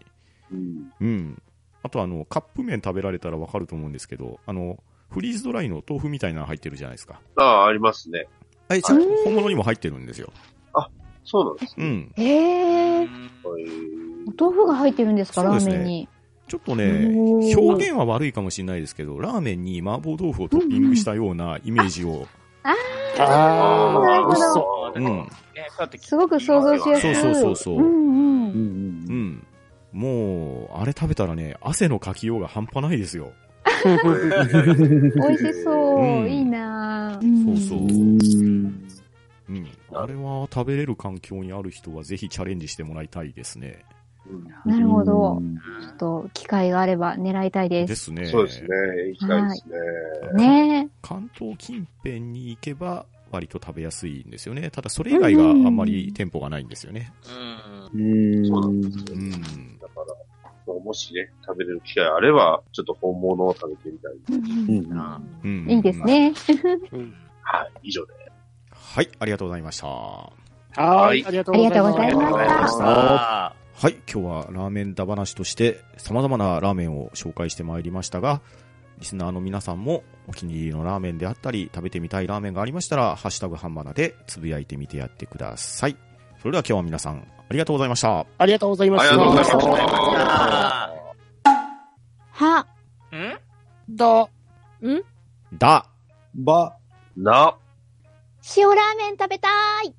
Speaker 7: うん。
Speaker 3: うん。あとあの、カップ麺食べられたらわかると思うんですけど、あの、フリーズドライの豆腐みたいなの入ってるじゃないですか。
Speaker 7: ああ、ありますね。
Speaker 3: あれ、ちゃん本物にも入ってるんですよ。
Speaker 7: そうなんです
Speaker 3: う
Speaker 7: ね。
Speaker 3: ん。
Speaker 4: ええ。
Speaker 7: これ
Speaker 4: お豆腐が入ってるんですか、ラーメンに。
Speaker 3: ちょっとね、表現は悪いかもしれないですけど、ラーメンに麻婆豆腐をトッピングしたようなイメージを、
Speaker 5: あ
Speaker 4: なる
Speaker 5: あ、
Speaker 4: ほ
Speaker 5: 美
Speaker 4: ど
Speaker 5: 味しそう。
Speaker 1: そう
Speaker 3: うん
Speaker 1: ねだって
Speaker 4: すごく想像しやすい。うんうん。
Speaker 3: うん。もう、あれ食べたらね、汗のかきようが半端ないですよ。
Speaker 4: 美味しそうう。
Speaker 3: ん
Speaker 4: いいな
Speaker 3: そうそう。
Speaker 4: ん
Speaker 3: うん。あれは食べれる環境にある人はぜひチャレンジしてもらいたいですね。
Speaker 7: うん
Speaker 4: なるほど。ちょっと、機会があれば狙いたいで。
Speaker 3: ですすね。
Speaker 7: そうですね。行きたいですね。
Speaker 4: ね
Speaker 3: 関東近辺に行けば割と食べやすいんですよね。ただそれ以外があんまり店舗がないんですよね。
Speaker 1: うん
Speaker 7: そうなんですよ。
Speaker 3: うん。
Speaker 7: だから、もうもしね、食べれる機会あれば、ちょっと本物を食べてみたい。
Speaker 3: うん
Speaker 4: いいです。ね。
Speaker 7: はい、以上で。
Speaker 3: はい、ありがとうございました。は
Speaker 5: は
Speaker 7: はい
Speaker 5: い、ありがとう
Speaker 4: あり
Speaker 5: ご
Speaker 4: が
Speaker 5: ざい
Speaker 4: とう
Speaker 5: ま
Speaker 4: ござ
Speaker 5: す
Speaker 4: いました。
Speaker 1: あ
Speaker 3: い、今日はラーメンだ話として様々なラーメンを紹介してまいりましたが、リスナーの皆さんもお気に入りのラーメンであったり、食べてみたいラーメンがありましたら、ハッシュタグハンバナでつぶやいてみてやってください。それでは今日は皆さん、ありがとうございました。
Speaker 5: ありがとうございま
Speaker 7: あ
Speaker 5: し
Speaker 7: りがとうございま
Speaker 5: た。
Speaker 7: した。
Speaker 4: は、
Speaker 1: ー
Speaker 5: ど
Speaker 3: だ
Speaker 6: ば、
Speaker 7: な。
Speaker 4: 塩ラーメン食べたい